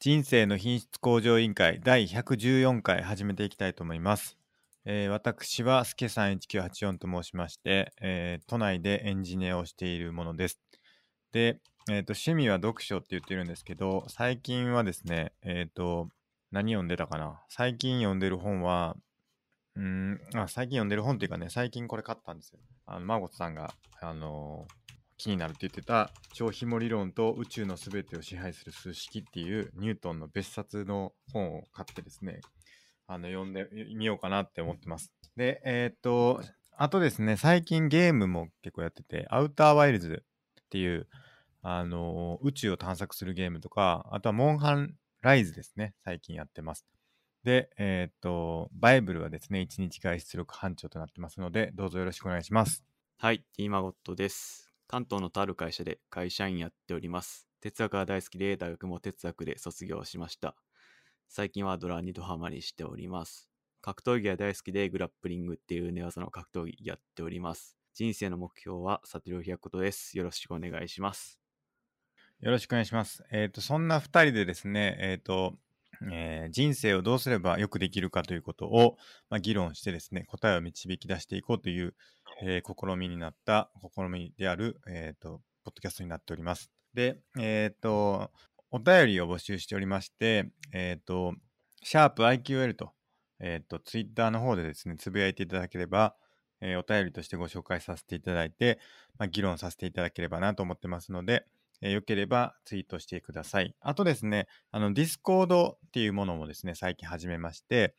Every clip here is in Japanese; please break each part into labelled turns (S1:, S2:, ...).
S1: 人生の品質向上委員会第114回始めていきたいと思います。えー私はすけさん1984と申しまして、えー都内でエンジニアをしているものです。で、えーと趣味は読書って言ってるんですけど、最近はですね、えっ、と、何読んでたかな最近読んでる本は、うーんあ最近読んでる本っていうかね、最近これ買ったんですよ。あの、マーゴットさんが、あのー気になるって言ってた超ひも理論と宇宙のすべてを支配する数式っていうニュートンの別冊の本を買ってですね、あの読んでみようかなって思ってます。で、えーっと、あとですね、最近ゲームも結構やってて、アウターワイルズっていう、あのー宇宙を探索するゲームとか、あとはモンハンライズですね、最近やってます。で、えーっと、バイブルはですね、1日外出力班長となってますので、どうぞよろしくお願いします。
S2: はい、ティーマゴットです。関東のとある会社で会社員やっております。哲学が大好きで、大学も哲学で卒業しました。最近はドラにドハマりしております。格闘技が大好きで、グラップリングっていう寝技の格闘技やっております。人生の目標は悟りを開くことです。よろしくお願いします。
S1: よろしくお願いします。えっ、と、そんな二人でですね、えっ、と、えー人生をどうすればよくできるかということを、まあ、議論してですね、答えを導き出していこうという、えー試みになった、試みである、えっ、と、ポッドキャストになっております。で、えっ、と、お便りを募集しておりまして、えっ、と、シャープ i q l と、えっ、と、ツイッターの方でですね、つぶやいていただければ、えーお便りとしてご紹介させていただいて、まあ、議論させていただければなと思ってますので、えーよければツイートしてください。あとですね、あの、ディスコードっていうものもですね、最近始めまして、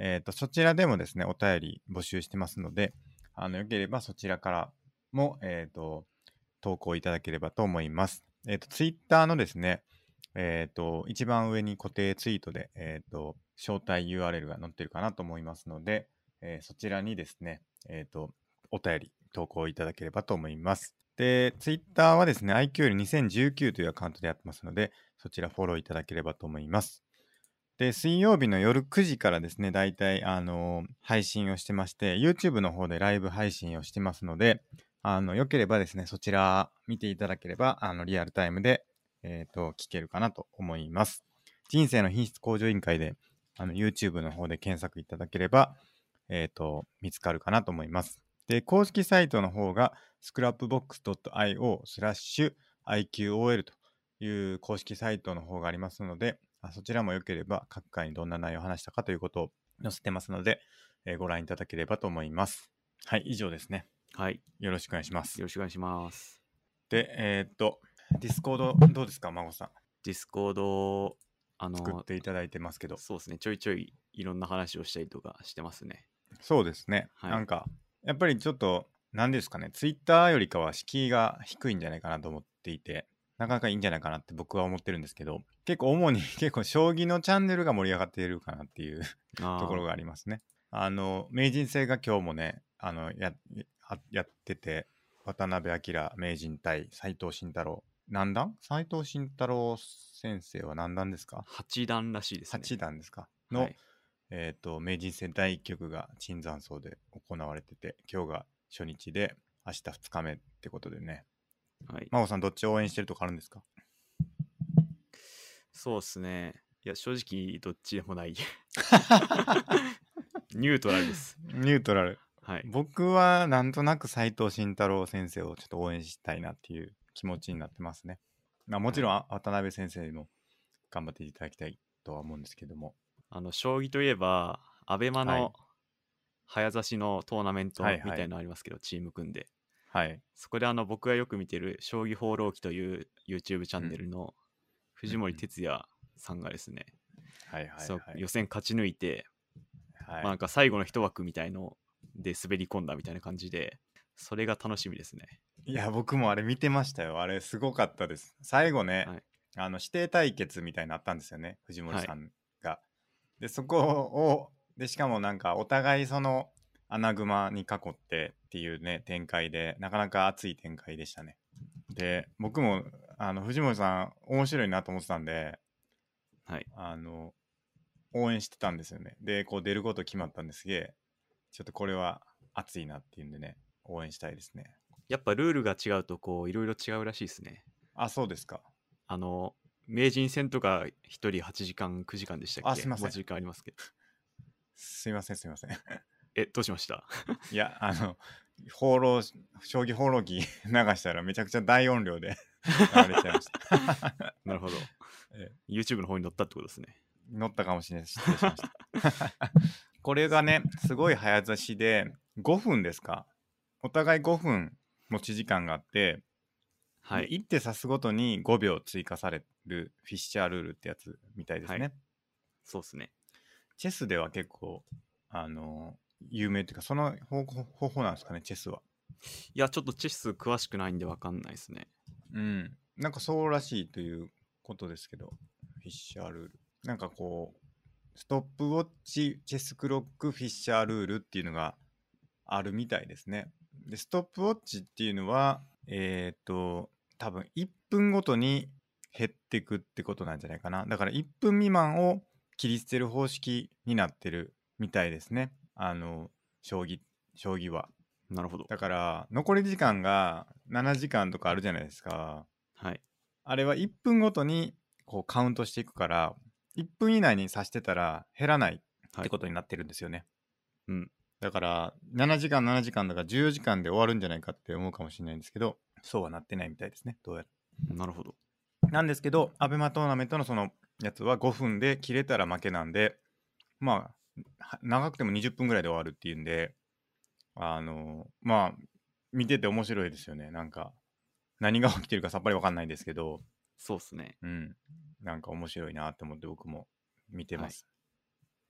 S1: えっ、と、そちらでもですね、お便り募集してますので、あの、よければそちらからも、えっ、と、投稿いただければと思います。えっ、と、ツイッターのですね、えっ、と、一番上に固定ツイートで、えっ、と、招待 URL が載ってるかなと思いますので、えーそちらにですね、えっ、と、お便り、投稿いただければと思います。で、Twitter はですね、IQ より2019というアカウントでやってますので、そちらフォローいただければと思います。で、水曜日の夜9時からですね、大体、あのー配信をしてまして、YouTube の方でライブ配信をしてますので、あの、よければですね、そちら見ていただければ、あの、リアルタイムで、えっ、と、聞けるかなと思います。人生の品質向上委員会で、あの、YouTube の方で検索いただければ、えっ、と、見つかるかなと思います。で、公式サイトの方が、scrapbox.io スラッシュ IQOL という公式サイトの方がありますので、あそちらもよければ各回にどんな内容を話したかということを載せてますので、えーご覧いただければと思います。はい、以上ですね。
S2: はい、
S1: よろしくお願いします
S2: よ。ろしくお願いします。
S1: で、えーっと、ディスコードどうですか、孫さん。
S2: ディスコード、あ
S1: 作っ
S2: の、
S1: ていただいてますけど。
S2: そうですね、ちょいちょいいろんな話をしたりとかしてますね。
S1: そうですね。
S2: はい
S1: なんか、やっぱりちょっと、何ですかね、ツイッターよりかは敷居が低いんじゃないかなと思っていて、なかなかいいんじゃないかなって僕は思ってるんですけど、結構主に 結構将棋のチャンネルが盛り上がっているかなっていう
S2: あー
S1: ところがありますね。あの、名人戦が今日もね、あの、や、あやってて、渡辺明名人対斎藤慎太郎。何段斎藤慎太郎先生は何段ですか
S2: 八段らしいですね。
S1: ?8 段ですかの、
S2: はい
S1: えー、と名人戦第1局が椿山荘で行われてて今日が初日で明日2日目ってことでね
S2: はい、
S1: 真帆さんどっち応援してるとかあるんですか
S2: そうですね。いや、正直、どっちでも ない。ニュートラルです。
S1: ニュートラル
S2: はい。
S1: 僕はなんとなく斎藤慎太郎先生をちょっと応援したいなっていう気持ちになってますね、まあ、もちろんあ渡辺先生にも頑張っていただきたいとは思うんですけども
S2: あの、将棋といえば、アベマ
S1: はい
S2: の早指しのトーナメント
S1: はい
S2: み
S1: はい
S2: たいのありますけど、チーム組んで。
S1: はい
S2: そこで、あの、僕がよく見てる、将棋放浪記という YouTube チャンネルの藤森哲也さんがですね、
S1: はいはい
S2: そう
S1: はい
S2: 予選勝ち抜いて、
S1: はい
S2: まあなんか最後の一枠みたいので滑り込んだみたいな感じで、それが楽しみですね。
S1: いや僕もあれ見てましたよあれすごかったです最後ね、
S2: はい
S1: あの指定対決みたいになったんですよね藤森さんが、でそこをでしかもなんかお互いその穴熊に囲ってっていうね展開でなかなか熱い展開でしたねで僕もあの藤森さん面白いなと思ってたんで
S2: はい。
S1: あの応援してたんですよねでこう出ること決まったんですげえちょっとこれは熱いなっていうんでね応援したいですね
S2: やっぱルールが違うとこういろいろ違うらしいですね。
S1: あそうですか
S2: あの名人戦とか一人8時間、9時間でしたっけ
S1: あすいません
S2: もう時間ありますけど。
S1: すいません、すいません。
S2: え、どうし ました
S1: いや、あの、放浪、将棋放浪記 流したらめちゃくちゃ大音量で 流れちゃいました。
S2: なるほど。
S1: え
S2: YouTube の方に載ったってことですね。
S1: 乗ったかもしれないです。失礼しました。 これがね、すごい早指しで、5分ですかお互い5分持ち時間があって、
S2: は
S1: で
S2: い。
S1: 一手指すごとに5秒追加されるフィッシャールールってやつみたいですね。
S2: はいそうですね。
S1: チェスでは結構、あの、有名っていうか、その方方法なんですかね、チェスは。
S2: いや、ちょっとチェス詳しくないんでわかんないですね。
S1: うん。なんかそうらしいということですけど、フィッシャールール。なんかこう、ストップウォッチ、チェスクロック、フィッシャールールっていうのがあるみたいですね。で、ストップウォッチっていうのは、えっ、と、多分1分ごとに減っていくってことなんじゃないかな。だから1分未満を切り捨てる方式になってるみたいですね。あの、将棋、将棋は。
S2: なるほど。
S1: だから、残り時間が7時間とかあるじゃないですか。
S2: はい。
S1: あれは1分ごとにこうカウントしていくから、1分以内に指してたら減らないっ
S2: は
S1: て
S2: い
S1: こ。とになってるんですよね。
S2: うん。
S1: だから、7時間7時間だから14時間で終わるんじゃないかって思うかもしれないんですけど、そうはなってないみたいですね、どうや
S2: なるほど。
S1: ら。なんですけど、アベマトーナメントのそのやつは5分で切れたら負けなんで、まあ、は長くても20分ぐらいで終わるっていうんで、あの、まあ、見てて面白いですよね。なんか、何が起きてるかさっぱりわかんないですけど、
S2: そうですね。
S1: うん、なんか面白いなって思って僕も見てます。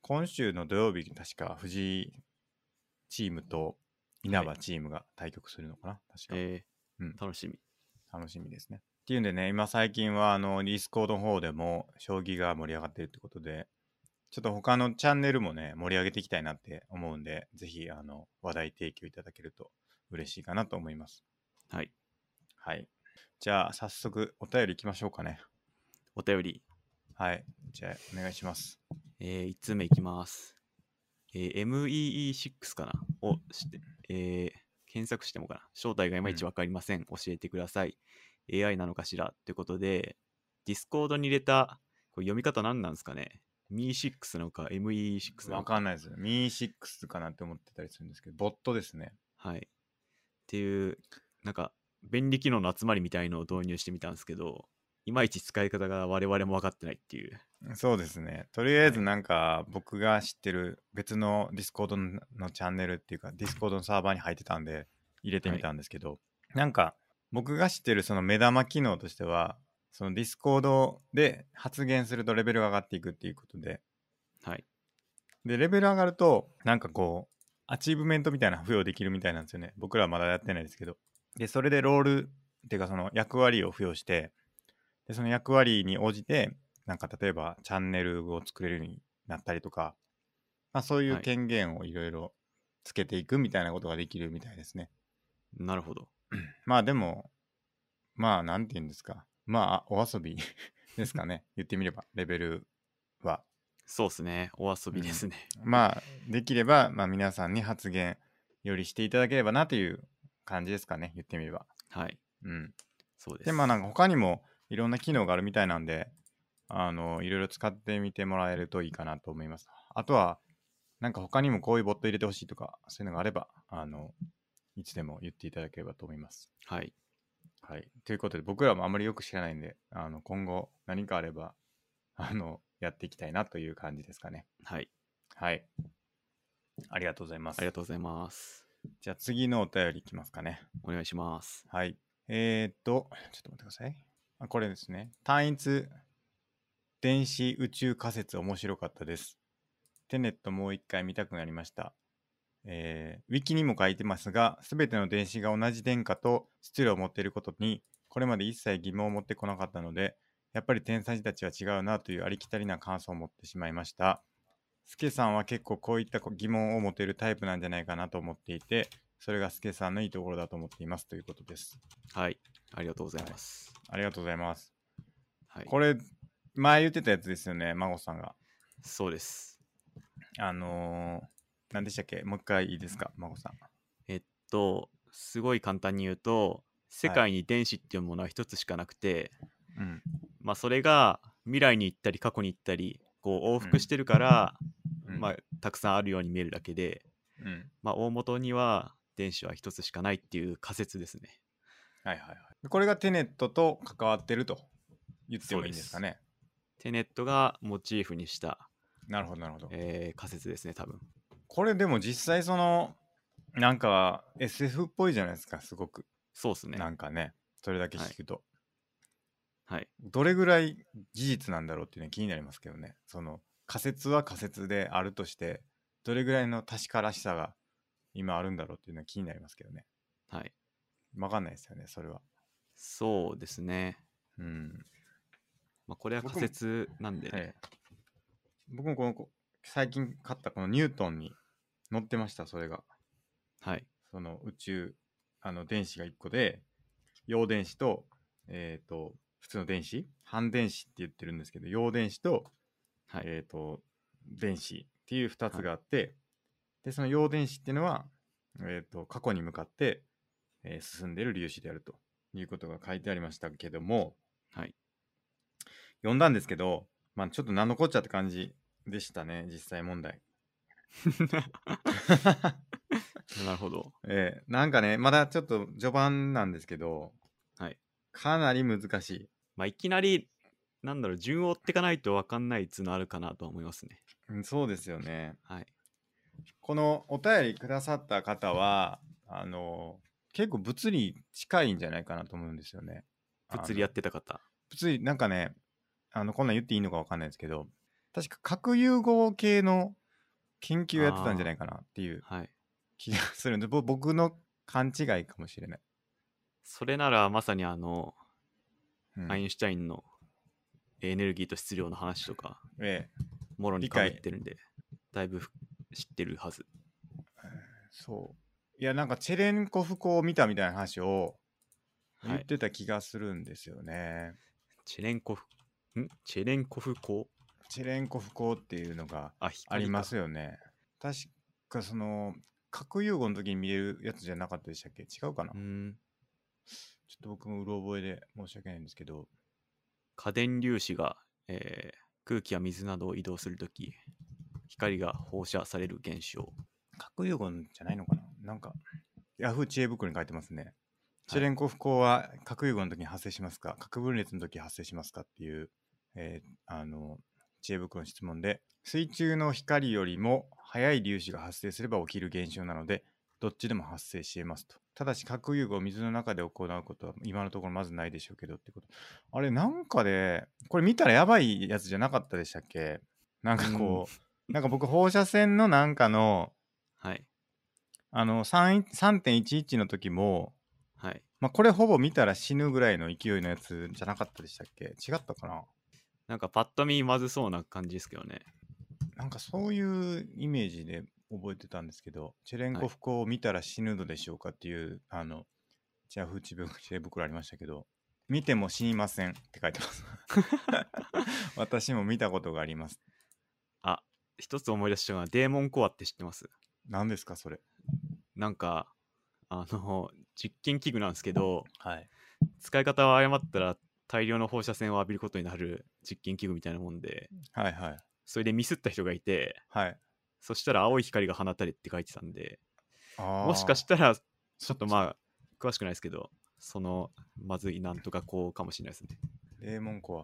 S1: 今週の土曜日、確か藤井チームと稲葉チームが対局するのかな、確か。
S2: えー
S1: うん
S2: 楽しみ。
S1: 楽しみですね。っていうんでね、今最近はあの、ディスコードの方でも将棋が盛り上がってるってことで、ちょっと他のチャンネルもね、盛り上げていきたいなって思うんで、ぜひあの、話題提供いただけると嬉しいかなと思います。
S2: はい。
S1: はい。じゃあ、早速お便り行きましょうかね。
S2: お便り、
S1: はい。じゃあ、お願いします。
S2: え1通目いきます。えー MEE6 かなをして、えー検索してもかな正体がいまいちわかりません。教えてください。AI なのかしらということで、ディスコードに入れた、これ読み方何なんですかね ?ME6 なのか MEE6 なの
S1: わ
S2: か。
S1: かんないです。ミー6かなって思ってたりするんですけど、ボットですね。
S2: はい。っていう、なんか、便利機能の集まりみたいのを導入してみたんですけど、いまいち使い方が我々も分かってないっていう。
S1: そうですね。とりあえずなんか、僕が知ってる別のディスコードのチャンネルっていうか、ディスコードのサーバーに入ってたんで、入れてみたんですけど、なんか、僕が知ってるその目玉機能としては、そのディスコードで発言するとレベルが上がっていくっていうことで、
S2: はい。
S1: で、レベル上がると、なんかこう、アチーブメントみたいなの付与できるみたいなんですよね。僕らはまだやってないですけど。で、それでロールっていうかその役割を付与して、で、その役割に応じて、なんか例えばチャンネルを作れるようになったりとか、まあそうい
S2: は
S1: う
S2: い
S1: 権限をいろいろつけていくみたいなことができるみたいですね。
S2: なるほど。
S1: まあでも、まあなんて言うんですか。まあお遊び ですかね。言ってみれば、レベルは。
S2: そうですね。お遊びですね。
S1: まあ、できれば、まあ、皆さんに発言よりしていただければなという感じですかね、言ってみれば。
S2: はい。
S1: うん。
S2: そうです。
S1: で、まあ、なんか他にもいろんな機能があるみたいなんで、あの、いろいろ使ってみてもらえるといいかなと思います。あとは、なんか他にもこういうボット入れてほしいとか、そういうのがあれば、あの、いつでも言っていただければと思います。
S2: はい。
S1: はい。ということで、僕らもあんまりよく知らないんで、あの、今後何かあれば、あの、やっていきたいなという感じですかね。
S2: はい。
S1: はい。ありがとうございます。
S2: ありがとうございます。
S1: じゃあ次のお便りいきますかね。
S2: お願いします。
S1: はい。えー、っと、ちょっと待ってください。あこれですね。単一電子宇宙仮説面白かったです。テネットもう一回見たくなりました。えー、ウィキにも書いてますが、すべての電子が同じ電荷と質量を持っていることに、これまで一切疑問を持ってこなかったので、やっぱり天才児たちは違うなというありきたりな感想を持ってしまいました。スケさんは結構こういった疑問を持てるタイプなんじゃないかなと思っていて、それがスケさんのいいところだと思っていますということです。
S2: はい。ありがとうございます。
S1: ありがとうございます。
S2: はい。
S1: これ、前言ってたやつですよね、孫さんが。
S2: そうです。
S1: あのー、何でしたっけもう一回いいですか、孫さん。
S2: えっと、すごい簡単に言うと、世界に電子っていうものは一つしかなくて、
S1: うん。
S2: まあ、それが未来に行ったり過去に行ったりこう往復してるから、
S1: うん
S2: まあ、たくさんあるように見えるだけで、
S1: うん
S2: まあ、大元には電子は一つしかないっていう仮説ですね。
S1: はいはいはい。これがテネットと関わってると言ってもいいんですかね。
S2: テネットがモチーフにした、
S1: なるほどなるほど。
S2: えー仮説ですね多分。
S1: これでも実際そのなんか SF っぽいじゃないですかすごく、
S2: そうですね。
S1: なんかねそれだけ聞くと、
S2: はい。
S1: どれぐらい事実なんだろうっていうのは気になりますけどねその仮説は仮説であるとしてどれぐらいの確からしさが今あるんだろうっていうのは気になりますけどね
S2: はい。
S1: わかんないですよねそれは
S2: そうですね。
S1: うん、
S2: まあ、これは
S1: 僕
S2: 仮
S1: も
S2: 説なんで、
S1: はい、僕もこのこ最近買ったこのニュートンに載ってましたそれが
S2: はい。
S1: その宇宙あの電子が1個で陽電子と,、えー、と普通の電子反電子って言ってるんですけど陽電子と,、
S2: はい。
S1: えー、と電子っていう2つがあって、でその陽電子っていうのは、えー、と過去に向かって、えー進んでる粒子であるということが書いてありましたけども、
S2: はい
S1: 読んだんですけど、まあ、ちょっと何のこっちゃって感じでしたね実際問 題。
S2: なるほど。
S1: ええなんかね、まだちょっと序盤なんですけど、
S2: はい
S1: かなり難しい。
S2: まあ、いきなり、なんだろう、順を追っていかないと分かんないっつうのあるかなとは思いますね。
S1: うんそうですよね。
S2: はい。
S1: このお便りくださった方は、あの、結構物理近いんじゃないかなと思うんですよね。
S2: 物理や
S1: あ
S2: っ
S1: の
S2: てた方。
S1: 物理、なんかね、あの、こんなん言っていいのかわかんないですけど、確か核融合系の研究をやってたんじゃないかなっていう
S2: はい。
S1: 気がするんで、ぼ僕の勘違いかもしれない。
S2: それなら、まさにあの、
S1: うん
S2: アインシュタインのエネルギーと質量の話とか、
S1: ええ
S2: もろに
S1: 理
S2: 被
S1: 解
S2: ってるんで、だいぶふ知ってるはず。
S1: そう。いや、なんかチェレンコフ校を見たみたいな話を
S2: は
S1: 言
S2: い
S1: っ。てた気がするんですよね。
S2: チェレンコフ、んチェレンコフ校
S1: チェレンコフ校っていうのが
S2: あ、光か
S1: ありますよね。確かその核融合の時に見れるやつじゃなかったでしたっけ違うかな、
S2: う
S1: ちょっ
S2: ん。
S1: と僕もうろ覚えで申し訳ないんですけど。
S2: 家電粒子が、えー空気や水などを移動するとき光が放射される現象
S1: 核融合じゃないのかななんか、ヤフー知恵袋に書いてますね。チェレンコフ校は核融合の時に発生しますか核分裂の時に発生しますかっていう、えーあの、知恵袋の質問で、水中の光よりも速い粒子が発生すれば起きる現象なので、どっちでも発生し得ますと。ただし核融合を水の中で行うことは今のところまずないでしょうけどってこと。あれ、なんかで、これ見たらやばいやつじゃなかったでしたっけなんかこう、なんか僕放射線のなんかの、
S2: はい
S1: あの3 3.11の時も、
S2: はい
S1: まあ、これほぼ見たら死ぬぐらいの勢いのやつじゃなかったでしたっけ違ったかな
S2: なんかパッと見まずそうな感じですけどね
S1: なんかそういうイメージで覚えてたんですけどチェレンコフ校を見たら死ぬのでしょうかっていう、あのジャフ知恵袋ありましたけど見ても死にませんって書いてます 私も見たことがあります
S2: 一つ思い出したのはデーモンコアって知ってます
S1: 何ですかそれ
S2: なんかあの実験器具なんですけど
S1: はい
S2: 使い方を誤ったら大量の放射線を浴びることになる実験器具みたいなもんで
S1: はいはい
S2: それでミスった人がいて
S1: はい
S2: そしたら青い光が放たれって書いてたんで
S1: も
S2: もしかしたらちょっと
S1: あ
S2: まあ、詳しくないですけど、その、まずいなんとかこうかもしれないですね。
S1: デーモンコは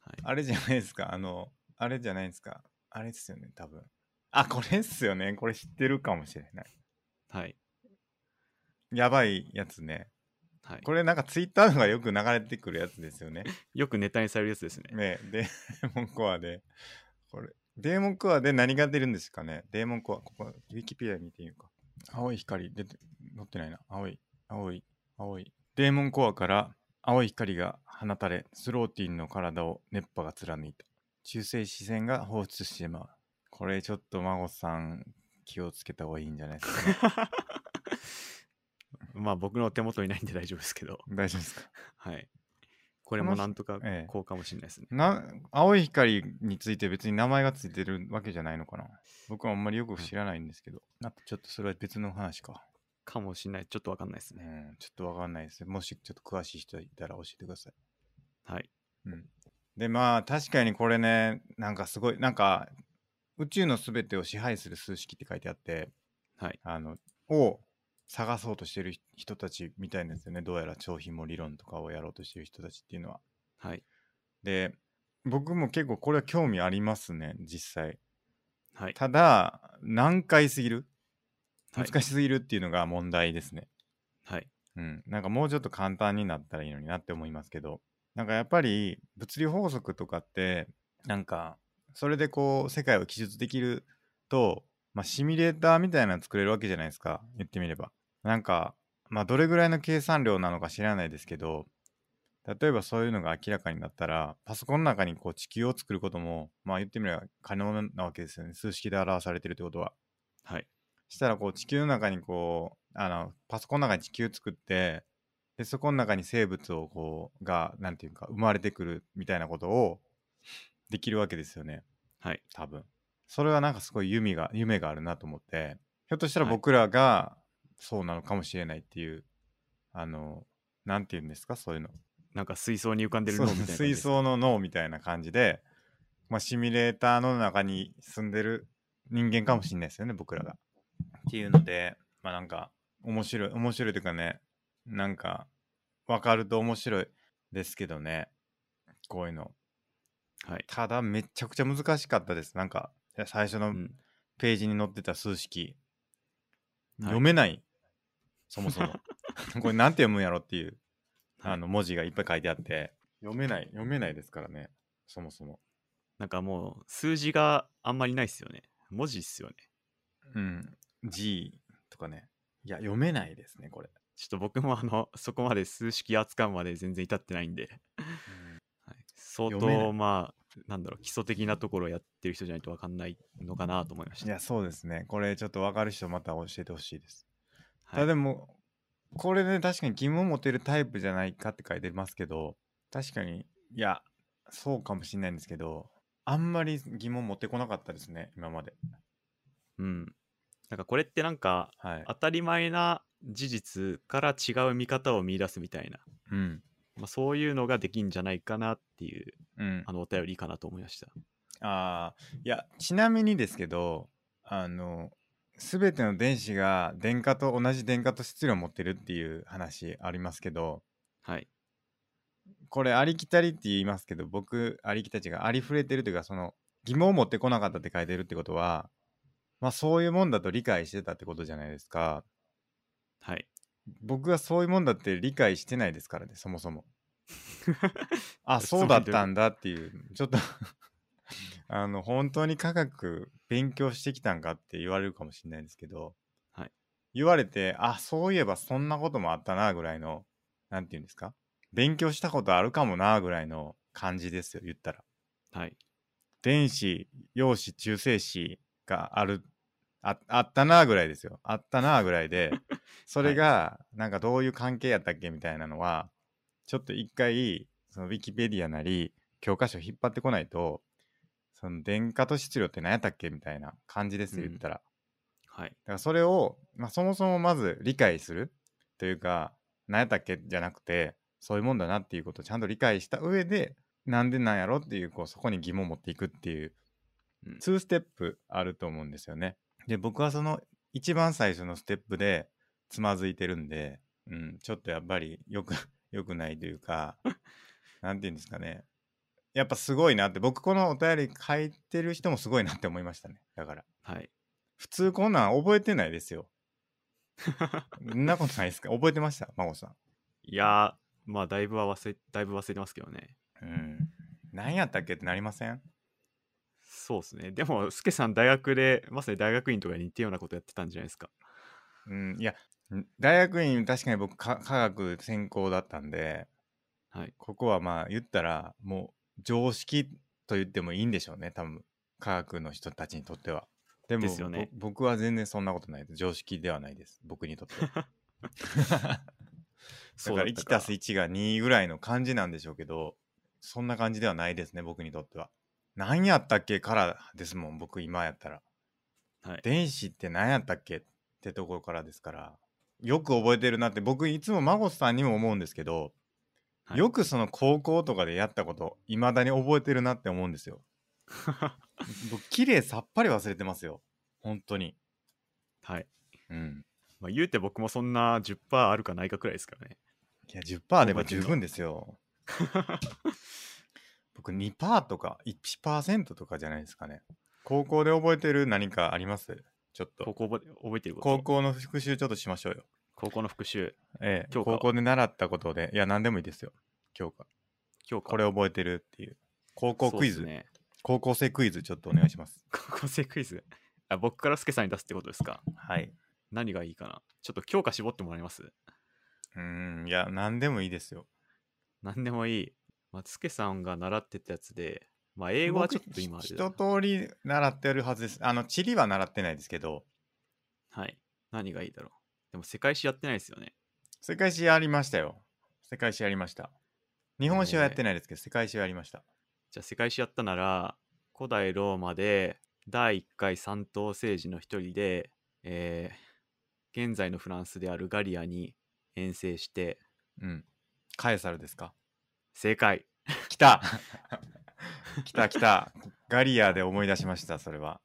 S2: はい、
S1: あれじゃないですか、あ の、あれじゃないですか。あれですよね、多分。あ、これっすよね。これ知ってるかもしれない。
S2: はい。
S1: やばいやつね。
S2: はい、
S1: これなんかツイッターとかよく流れてくるやつですよね。
S2: よくネタにされるやつですね。
S1: ねデーモンコアで。これ、デーモンコアで何が出るんですかねデーモンコア、ここ、ウィキペディア見てみようか。青い光、出て、載ってないな。青い、青い、青い。デーモンコアから青い光が放たれ、スローティンの体を熱波が貫いた。中性子線が放出してまう。これちょっと孫さん気をつけた方がいいんじゃないですか、ね、
S2: まあ、僕の手元にないんで大丈夫ですけど、
S1: 大丈夫ですか
S2: はい。これもなんとか
S1: ええ
S2: こうかもしれないですね。
S1: な青い光について別に名前がついてるわけじゃないのかな僕はあんまりよく知らないんですけど、なんかちょっとそれは別の話か。
S2: かもしれない。ちょっとわかんないです
S1: う
S2: ね。
S1: ん、ちょっとわかんないです。もしちょっと詳しい人いたら教えてください。
S2: はい。
S1: うん。でまあ確かにこれねなんかすごいなんか宇宙のすべてを支配する数式って書いてあって
S2: はい。
S1: あのを探そうとしてる人たちみたいなんですよねどうやら超ひも理論とかをやろうとしてる人たちっていうのは。
S2: はい。
S1: で僕も結構これは興味ありますね実際。
S2: はい。
S1: ただ難解すぎる
S2: はい
S1: 難しすぎるっていうのが問題ですね。
S2: はい。
S1: うん、なんかもうちょっと簡単になったらいいのになって思いますけどなんかやっぱり物理法則とかってなんかそれでこう世界を記述できると、まあ、シミュレーターみたいなの作れるわけじゃないですか言ってみればなんか、まあ、どれぐらいの計算量なのか知らないですけど例えばそういうのが明らかになったらパソコンの中にこう地球を作ることもまあ言ってみれば可能なわけですよね数式で表されてるってことは
S2: はい。
S1: したらこう地球の中にこうあのパソコンの中に地球作ってでそこの中に生物をこうがなんていうか生まれてくるみたいなことをできるわけですよね
S2: はい。
S1: 多分それはなんかすごい夢が夢があるなと思ってひょっとしたら
S2: はい
S1: 僕らがそうなのかもしれないっていう、あのなんていうんですかそういうの
S2: なんか水槽に浮かんでるのみたい
S1: そう
S2: な感じで
S1: 水
S2: す。
S1: 槽の脳みたいな感じで、まあ、シミュレーターの中に住んでる人間かもしれないですよね僕らが。っていうのでまあなんか面白い面白いというかねなんか分かると面白いですけどねこういうの
S2: はい。
S1: ただめちゃくちゃ難しかったですなんか最初
S2: う
S1: の
S2: ん。
S1: ページに載ってた数式、
S2: はい
S1: 読めないそもそ もこれなんて読むんやろっていう
S2: はい
S1: あの文字がいっぱい書いてあって読めない読めないですからねそもそも
S2: なんかもう数字があんまりないっすよね。文字っすよね。
S1: うん。G とかね。いや、読めないですね、これ。
S2: ちょっと僕もあの、そこまで数式扱うまで全然至ってないんで、 はい、相
S1: 読めない
S2: 当まあ、なんだろう、基礎的なところをやってる人じゃないと分かんないのかなと思いまし
S1: い
S2: た。
S1: や、そうですね。これ、ちょっと分かる人、また教えてほしいです。
S2: は
S1: ただ
S2: い、
S1: でも、これね、確かに疑問を持てるタイプじゃないかって書いてますけど、確かに、いや、そうかもしれないんですけど、あんまり疑問持ってこなかったですね、今まで。
S2: うん。なんかこれってなんか、
S1: はい。
S2: 当たり前な事実から違う見方を見出すみたいな、
S1: うん。
S2: まあ、そういうのができんじゃないかなっていう、
S1: うん
S2: あ。の、お便りかなと思いました。
S1: ああ、いや、ちなみにですけど、あの、すべての電子が電荷と同じ電荷と質量を持ってるっていう話ありますけど、
S2: はい。
S1: これありきたりって言いますけど僕ありきたちがありふれてるというかその疑問を持ってこなかったって書いてるってことはまあそういうもんだと理解してたってことじゃないですか
S2: はい。
S1: 僕はそういうもんだって理解してないですからねそもそもあ
S2: そう
S1: そ
S2: な
S1: うんだ
S2: だよ
S1: ったんだっていうちょっと あの本当に科学勉強してきたんかって言われるかもしれないですけど、
S2: はい
S1: 言われてあそういえばそんなこともあったなぐらいのなんて言うんですか勉強したことあるかもなぐらいの感じですよ言ったら
S2: はい。
S1: 電子陽子中性子があるああったなぐらいですよあったなぐらい でそれがなんかどういう関係やったっけみたいなのはちょっと一回そのウィキペディアなり教科書引っ張ってこないとその電荷と質量って何やったっけみたいな感じですよ
S2: うん
S1: 言ったら、だ
S2: はい。
S1: からそれを、まあ、そもそもまず理解するというか何やったっけじゃなくてそういうもんだなっていうことをちゃんと理解した上でなんでなんやろっていうこうそこに疑問を持っていくっていう
S2: うん
S1: 2ステップあると思うんですよね。で僕はその一番最初のステップでつまずいてるんで、うん、ちょっとやっぱりよく よくないというかなんて言うんですかねやっぱすごいなって僕このお便り書いてる人もすごいなって思いましたねだから
S2: はい。
S1: 普通こんなん覚えてないですよそんなことないですか覚えてました真帆さん
S2: いやー、まあ、だいぶは忘れ、だいぶ忘れてますけどね。
S1: うん何やったっけってなりません
S2: そうですね。でも、スケさん、大学で、まさに大学院とかに似たようなことやってたんじゃないですか。
S1: うんいやん大学院確かに僕か科学専攻だったんで
S2: はい。
S1: ここはまあ言ったらもう常識と言ってもいいんでしょうね多分科学の人たちにとってはでも
S2: ですよね
S1: ぼ僕は全然そんなことないです常識ではないです僕にとって は だから1たす
S2: 1。
S1: 1が2ぐらいの感じなんでしょうけどそんな感じではないですね僕にとっては何やったっけからですもん僕今やったら
S2: はい。
S1: 電子って何やったっけってところからですからよく覚えてるなって僕いつも孫さんにも思うんですけど
S2: はい
S1: よくその高校とかでやったこといまだに覚えてるなって思うんです よ僕綺麗さっぱり忘れてますよ本当に
S2: はい。
S1: うん
S2: まあ、言うて僕もそんな10%あるかないかくらいですからね。
S1: いや10%あれば十分です よ僕2%とか1%とかじゃないですかね高校で覚えてる何かありますちょっ
S2: 高
S1: と
S2: 校覚え覚えてること。
S1: 高校の復習ちょっとしましょうよ
S2: 高校の復習、
S1: ええ
S2: 教科
S1: 高校で習ったことでいや何でもいいですよ教科
S2: 今日か
S1: これ覚えてるっていう高校クイズ、
S2: そうっすね、
S1: 高校生クイズちょっとお願いします
S2: 高校生クイズ。あ僕からスケさんに出すってことですか
S1: はい
S2: 何がいいかなちょっと強化絞ってもらえます
S1: うーんいや何でもいいですよ
S2: 何でもいい。まあ、スケさんが習ってたやつで、まあ、英語はちょっと今あ
S1: 僕
S2: れ
S1: ひ
S2: だ
S1: 一
S2: な
S1: 通り習ってるはずですあの地理は習ってないですけど
S2: はい。何がいいだろうでも世界史やってないですよね。
S1: 世界史やりましたよ世界史やりました日本史はやってないですけど、世界史はやりました
S2: じゃあ世界史やったなら古代ローマで第1回三党政治の一人で、えー現在のフランスであるガリアに遠征して
S1: うんカエサルです か
S2: 正解
S1: 来た来た来たガリアで思い出しましたそれは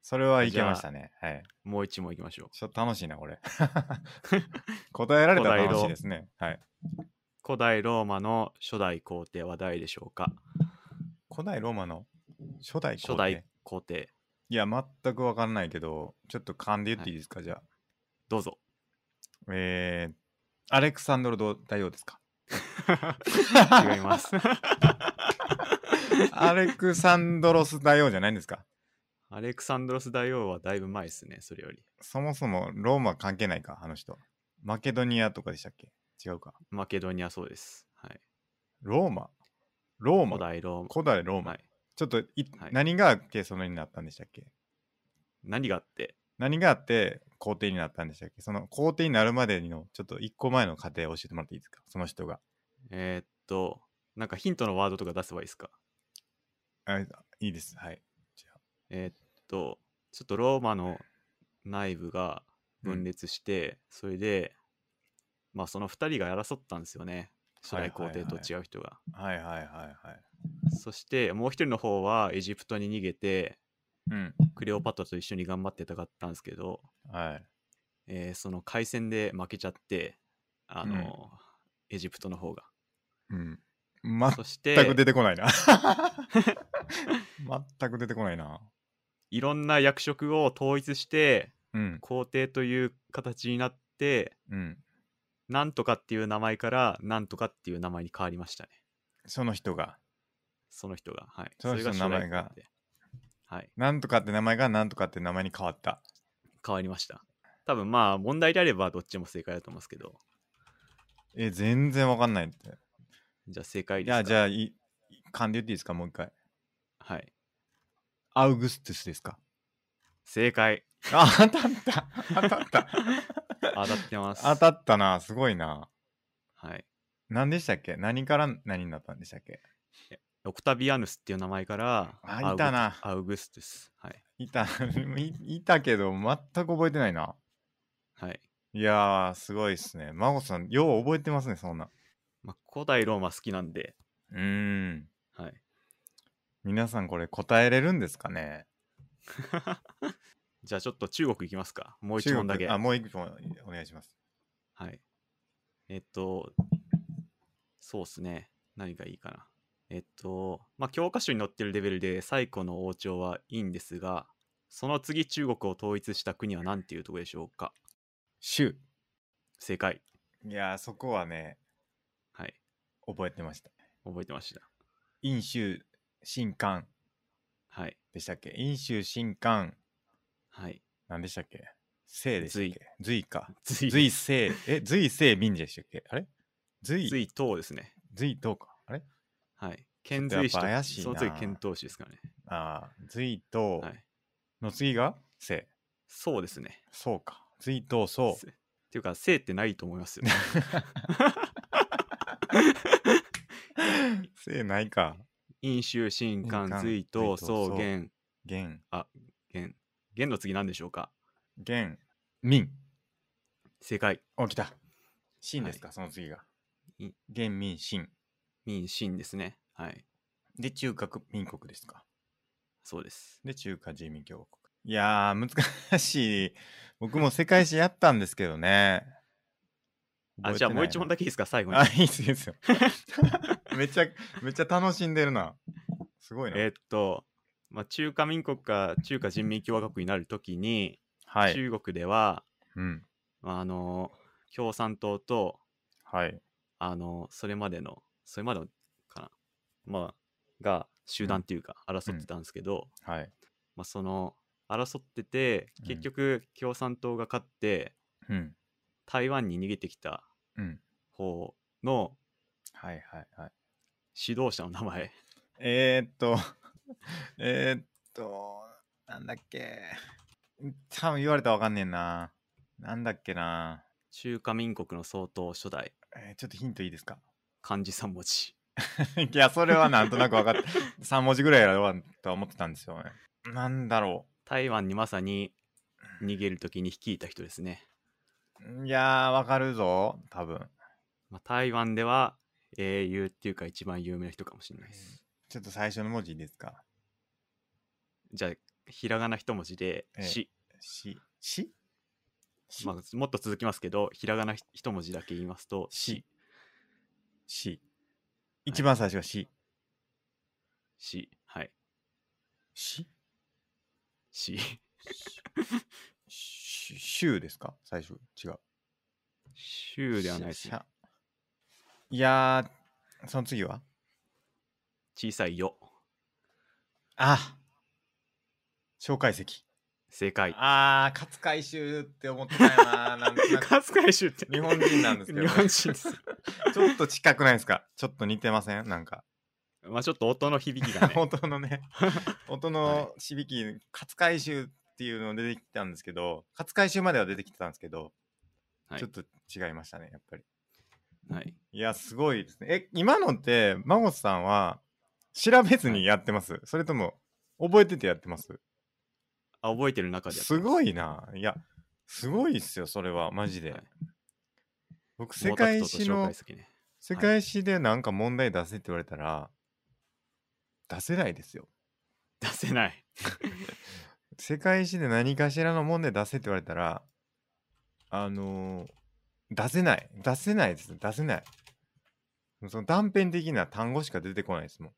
S1: それはいけましたねはい
S2: もう一問いきましょう
S1: ちょっと楽しいなこれ 答えられたら楽しいですねはい
S2: 古代ローマの初代皇帝は誰でしょうか
S1: 古代ローマの初代皇帝
S2: 初代皇帝
S1: いや全く分かんないけどちょっと勘で言っていいですか、じゃあ
S2: ど うぞ
S1: えー、アレクサンドロ大王ですか
S2: 違います
S1: アレクサンドロス大王じゃないんですか
S2: アレクサンドロス大王はだいぶ前ですねそれより
S1: そもそもローマ関係ないかあの人マケドニアとかでしたっけ違うか
S2: マケドニアそうです、はい、
S1: ローマロー
S2: 古
S1: マ
S2: 代ロー
S1: 古代ローマ、
S2: マ、はい、
S1: ちょっとい、
S2: はい
S1: 何があってそのになったんでしたっけ
S2: 何があって
S1: 何があって皇帝になったんでしたっけその皇帝になるまでのちょっと一個前の過程を教えてもらっていいですかその人が
S2: えーっとなんかヒントのワードとか出せばいいですか
S1: あいいですはいじゃあ
S2: えーっと、ちょっとローマの内部が
S1: うん
S2: 分裂して、それで、まあその2人が争ったんですよね。初
S1: はいは
S2: 代
S1: い
S2: 皇
S1: はい
S2: 帝と違う人が。
S1: はいはいはいはい。
S2: そしてもう1人の方はエジプトに逃げて、
S1: うん。
S2: クレオパトラと一緒に頑張って戦ったんですけど、
S1: はい。
S2: えーその海戦で負けちゃって、あのエジプトの方が。
S1: うん。全
S2: そして、
S1: く出てこないな。 全く出てこないな。
S2: いろんな役職を統一して、
S1: うん。
S2: 皇帝という形になって、
S1: うん。
S2: なんとかっていう名前から、なんとかっていう名前に変わりましたね。
S1: その人が、
S2: その人が。はい。
S1: その人の
S2: れ
S1: 名前が
S2: 将来皇帝。はい。
S1: なんとかって名前がなんとかって名前に変わった。
S2: 変わりました。多分まあ、問題であればどっちも正解だと思うんですけど。
S1: え、全然わかんないって。
S2: じゃあ正解
S1: い
S2: ですか。
S1: や、じゃあ、い勘で言っていいですか、もう一回。
S2: はい。
S1: アウグストゥスですか。
S2: 正解。
S1: あ、当たった。当たった。
S2: 当たってます。
S1: 当たったな。すごいな。
S2: はい。
S1: 何でしたっけ何から何になったんでしたっけ
S2: オクタビアヌスっていう名前から、
S1: あ
S2: アウグ
S1: いたな
S2: アウグストゥス。はい。
S1: いた、 いいたけど、全く覚えてないな。
S2: はい。
S1: いやー、すごいっすね。孫さん、よう覚えてますね、そんな。
S2: まあ、古代ローマ好きなんで、
S1: うーん。
S2: はい。
S1: 皆さん、これ答えれるんですかね
S2: じゃあちょっと中国行きますか。もう一
S1: 中
S2: 問
S1: 国
S2: だけ。
S1: あ、もう一問お願いします。
S2: はい。えっと、そうっすね。何がいいかな。えっと、まあ、教科書に載ってるレベルで最古の王朝はいいんですが、その次中国を統一した国は何ていうとこでしょうか
S1: 州。
S2: 正解。
S1: いやー、そこはね、
S2: はい。
S1: 覚えてました。
S2: 覚えてました。
S1: 陰州、新韓
S2: はい。
S1: でしたっけ陰州、新韓、
S2: はい。
S1: 何でしたっけ隋でしたっけ隋か。
S2: 隋隋
S1: 隋隋、え、隋隋民でしたっけあれ隋、
S2: 唐ですね。
S1: 隋唐か。あれ
S2: はい。遣隋使
S1: ちょっとやっぱ怪しいな
S2: その次遣唐使ですからね。
S1: あー、隋唐
S2: はい。
S1: の次が隋。
S2: そうですね。
S1: そうか。隋唐宋。
S2: せっていうか、姓ってないと思いま すよ。
S1: せいないか。
S2: 飲酒、新
S1: 神
S2: 韓、
S1: 漢
S2: 隋
S1: 隋唐
S2: 唐、宋、
S1: 宋
S2: 元、
S1: 元、
S2: 元。元の次何でしょうか
S1: 元、民。
S2: 正解。
S1: 起きた。秦ですか、その次が。
S2: い
S1: 元民清。
S2: 民進ですね。はい。
S1: で、中華民国ですか。
S2: そうです。
S1: で、中華人民共和国。いやー、難しい。僕も世界史やったんですけどね。
S2: あ、じゃあもう一問
S1: だ
S2: だけいいですか、最後に
S1: あ、。いいっすよいいっすよ。 めっちゃ、めっちゃ楽しんでるな。すごいな。
S2: えーっと、まあ、中華民国か中華人民共和国になるときに、
S1: はい。
S2: 中国では、
S1: うん。
S2: まあ、あの共産党と
S1: はい。
S2: あのそれまでのそれまでのかな、まあ、が集団っていうか争ってたんですけど、
S1: はい。
S2: まあ、その争ってて
S1: うん
S2: 結局共産党が勝って
S1: うん。
S2: 台湾に逃げてきた
S1: うん。
S2: 方の
S1: はいはいはい。
S2: 指導者の名前
S1: えー、っと、 えー、っと、なんだっけ。多分言われたらわかんねえな。なんだっけな。
S2: 中華民国の総統初代
S1: えーちょっとヒントいいですか
S2: 漢字3文字
S1: いや、それはなんとなく分かって、3文字 ぐらいやろうとは思ってたんですよね。なんだろ
S2: 台湾にまさに逃げる時に率いた人ですね、
S1: う。いやー、わかるぞ、多分。
S2: まあ、台湾では英雄っていうか一番有名な人かもしれないです
S1: ちょっと最初の文字いいですか
S2: じゃあひらがな一文字で「
S1: ええ
S2: し
S1: し、し」し、
S2: まあ、もっと続きますけどひらがなひ一文字だけ言いますと「
S1: し、し。一番最初はし。
S2: し」はい
S1: し
S2: 「し」
S1: し、しゅうですか最初。違う。
S2: 「しゅう」ではないです、
S1: し
S2: ね、
S1: ゃいやー、その次は
S2: 小さい「よ
S1: あ紹介石。」
S2: 正解
S1: あー、勝海舟って思ってたよ な。なんとなく
S2: 勝海舟って
S1: 日本人なんですけどね
S2: 日本人です
S1: ちょっと近くないですかちょっと似てませんなんか。
S2: まあちょっと音の響きが ね
S1: 音のね、音の響き、勝海舟っていうの出てきたんですけど、勝海舟までは出てきてたんですけど、
S2: はい
S1: ちょっと違いましたね、やっぱり。
S2: はい
S1: いや、すごいですね。え、今のって、マゴスさんは、調べずにやってます、それとも、覚えててやってます
S2: あ覚えてる中でやってます
S1: ごいな。いや、すごいっすよ、それは、マジで。
S2: はい
S1: 僕、
S2: 毛
S1: 世
S2: 沢
S1: 界
S2: 東と
S1: 史
S2: 蒋
S1: の
S2: 介、石ね
S1: 世界史でなんか問題出せって言われたら、出せないですよ。
S2: 出せない
S1: 世界史で何かしらの問題出せって言われたら、あのー出せない。出せないです。出せない。その断片的な単語しか出てこないですもん。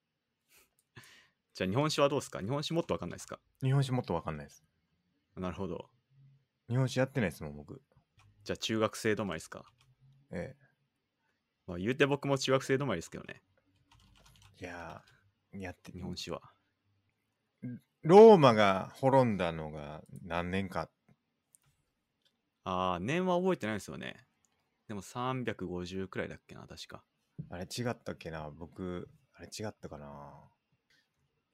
S2: じゃあ日本史はどうですか日本史もっとわかんないですか
S1: 日本史もっとわかんないです。
S2: なるほど
S1: 日本史やってないですもん、僕。
S2: じゃあ中学生止まりですか
S1: え
S2: まあ言うて僕も中学生止まりですけどね
S1: え。いやー、やって、
S2: 日本史は
S1: ローマが滅んだのが何年か。
S2: ああ、年は覚えてないですよね。でも350くらいだっけな、確か。
S1: あれ違ったっけな僕、あれ違ったかな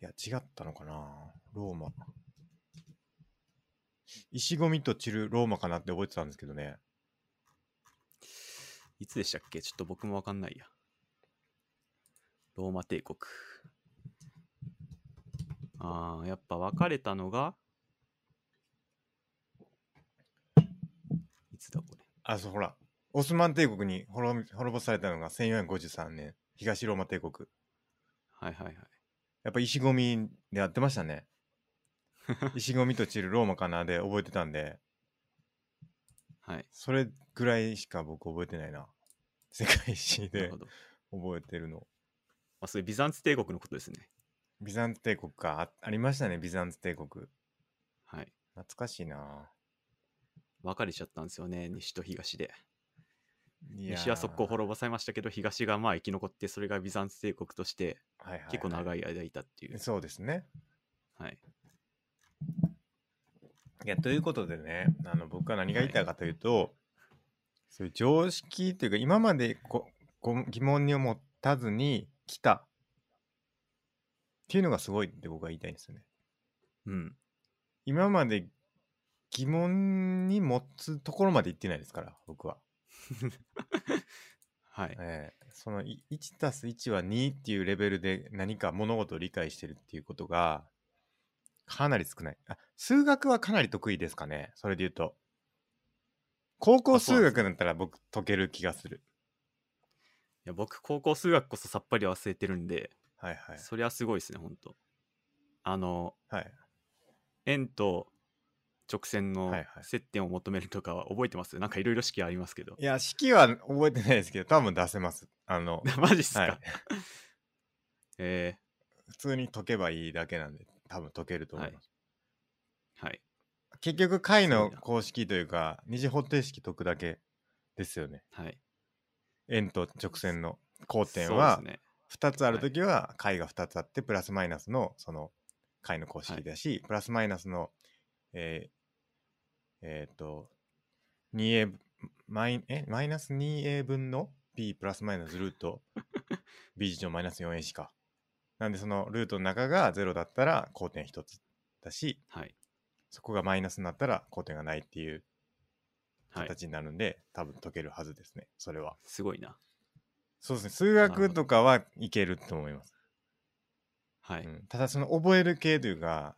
S1: いや、違ったのかなローマ。石ゴミと散るローマかなって覚えてたんですけどね。
S2: いつでしたっけちょっと僕もわかんないや。ローマ帝国。ああ、やっぱ別れたのが、いつだこれ。
S1: あ、そう、ほら。オスマン帝国に滅び滅ぼされたのが1453年、東ローマ帝国。
S2: はいはいはい。
S1: やっぱ石ゴミでやってました ね。石ゴミと散るローマかなで覚えてたんで、
S2: はい。
S1: それぐらいしか僕覚えてないな。 世界史
S2: なる
S1: で
S2: ほど。
S1: 覚えてるの。
S2: あ、それビザンツ帝国のことですね。
S1: ビザンツ帝国か。あありましたね、ビザンツ帝国。
S2: はい。
S1: 懐かしいな。
S2: 別れちゃったんですよね、西と東で。
S1: いやー
S2: 西は速攻滅ぼされましたけど、東がまあ生き残って、それがビザンツ帝国として
S1: はいはいはい、
S2: 結構長
S1: い。
S2: い間いたっていう。
S1: そうですね。
S2: はい。
S1: いや、ということでね、あの僕は何が言いたいかというと、そういう常識というか、今までここ疑問に思ったずに来たっていうのがすごいって僕は言いたいんですよね。
S2: うん。
S1: 今まで疑問に持つところまで行ってないですから、僕は。
S2: はい。
S1: ええそのい1たす1は2っていうレベルで何か物事を理解してるっていうことがかなり少ないあ数学はかなり得意ですかねそれで言うと高校
S2: あそう
S1: 数
S2: なんです
S1: 学だったら僕解ける気がする
S2: や僕高校数学こそさっぱり忘れてるんで、
S1: はいはい。
S2: そりゃすごいですねほんとあの
S1: はい。
S2: 円と直線の
S1: はいはい
S2: 接点を求めるとかは覚えてます、なんかいろいろ式ありますけど
S1: いや、式は覚えてないですけど、多分出せます。あ の、
S2: マジっすか、
S1: はい、
S2: え
S1: 普通に解けばいいだけなんで、多分解けると思います。
S2: ーはい
S1: 結局、解
S2: そう
S1: の
S2: だ
S1: 公式というか、二次方程式解くだけですよね。
S2: はい
S1: 円と直線の交点
S2: そ
S1: は
S2: う、ですね
S1: 2つあるときは解が2つあってプラスマイナスのその解の公式だし、プラスマイナスのえー、えーっと 2a マイえマイナス 2a 分の b プラスマイナスルート b 次乗マイナス 4ac かなんでそのルートの中が0だったら交点1つだし
S2: はい
S1: そこがマイナスになったら交点がないっていう
S2: はい
S1: 形になるんで、多分解けるはずですねそれは
S2: すごいな
S1: そうですね数
S2: なるほ
S1: 学
S2: ど
S1: とかはいけると思います
S2: はい、
S1: うんただその覚える系というか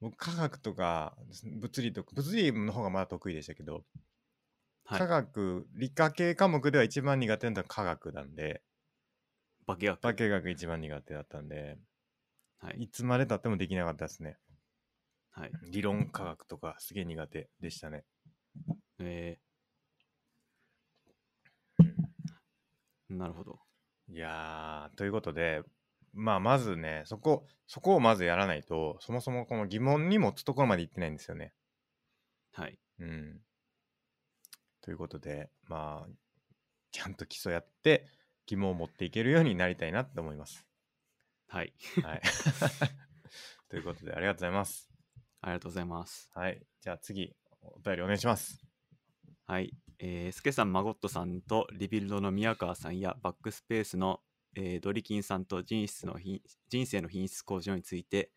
S1: 僕科学とか物理とか物理の方がまだ得意でしたけど、
S2: はい
S1: 科学理科系科目では一番苦手なのは科学なんで
S2: 化学
S1: 化学一番苦手だったんで
S2: はい
S1: いつまでたってもできなかったですね
S2: はい
S1: 理論科学とかすげえ苦手でしたね
S2: えー、なるほど
S1: いやーということでまあまずねそこそこをまずやらないとそもそもこの疑問に持つところまで行ってないんですよね
S2: はい
S1: うん。ということで、まあ、ちゃんと基礎やって、疑問を持っていけるようになりたいなって思います。
S2: はい
S1: はい。ということで、ありがとうございます。
S2: ありがとうございます
S1: はい。じゃあ次、お便りお願いします。
S2: はい、えー、スケさん、マゴットさんとリビルドの宮川さんやバックスペースの、えードリキンさんと人質の品人生の品質向上について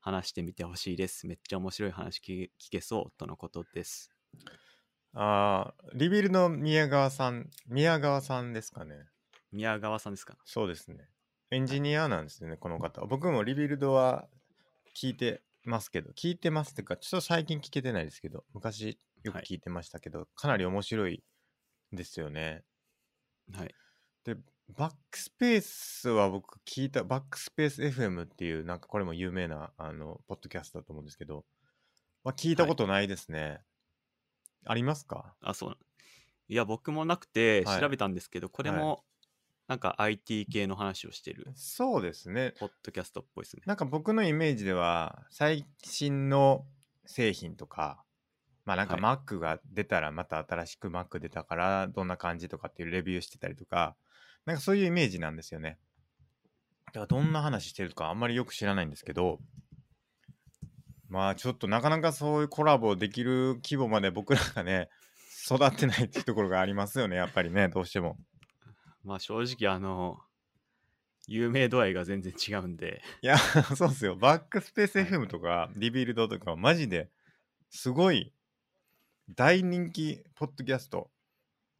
S2: 話してみてほしいです。めっちゃ面白い話聞聞けそうとのことです。
S1: あーリビルの宮川さん、宮川さんですかね。
S2: 宮川さんですか
S1: そうですね。エンジニアなんですよね、この方。僕もリビルドは聞いてますけど、聞いてますっていうか、ちょっと最近聞けてないですけど、昔よく
S2: はい
S1: 聞いてましたけど、かなり面白いですよね。
S2: はい。
S1: で、バックスペースは僕聞いた、バックスペース FM っていう、なんかこれも有名な、あの、ポッドキャストだと思うんですけど、は聞いた
S2: はい
S1: ことないですね。ありますか
S2: あ、そう。いや、僕もなくて
S1: はい
S2: 調べたんですけど、これもなんか IT 系の話をしてる、
S1: そうですね。
S2: ポッドキャストっぽいですね。
S1: なんか僕のイメージでは最新の製品とかまあなんか
S2: はい
S1: Mac が出たらまた新しく Mac 出たからどんな感じとかっていうレビューしてたりとかなんかそういうイメージなんですよねだからどんな話してるかあんまりよく知らないんですけどまあちょっとなかなかそういうコラボできる規模まで僕らがね育ってないっていうところがありますよねやっぱりねどうしても
S2: まあ、正直、あの、有名度合いが全然違うんで、
S1: いや、 そうっすよ。バックスペース
S2: はい
S1: FM とか、リビルドとか、マジですごい大人気ポッドキャスト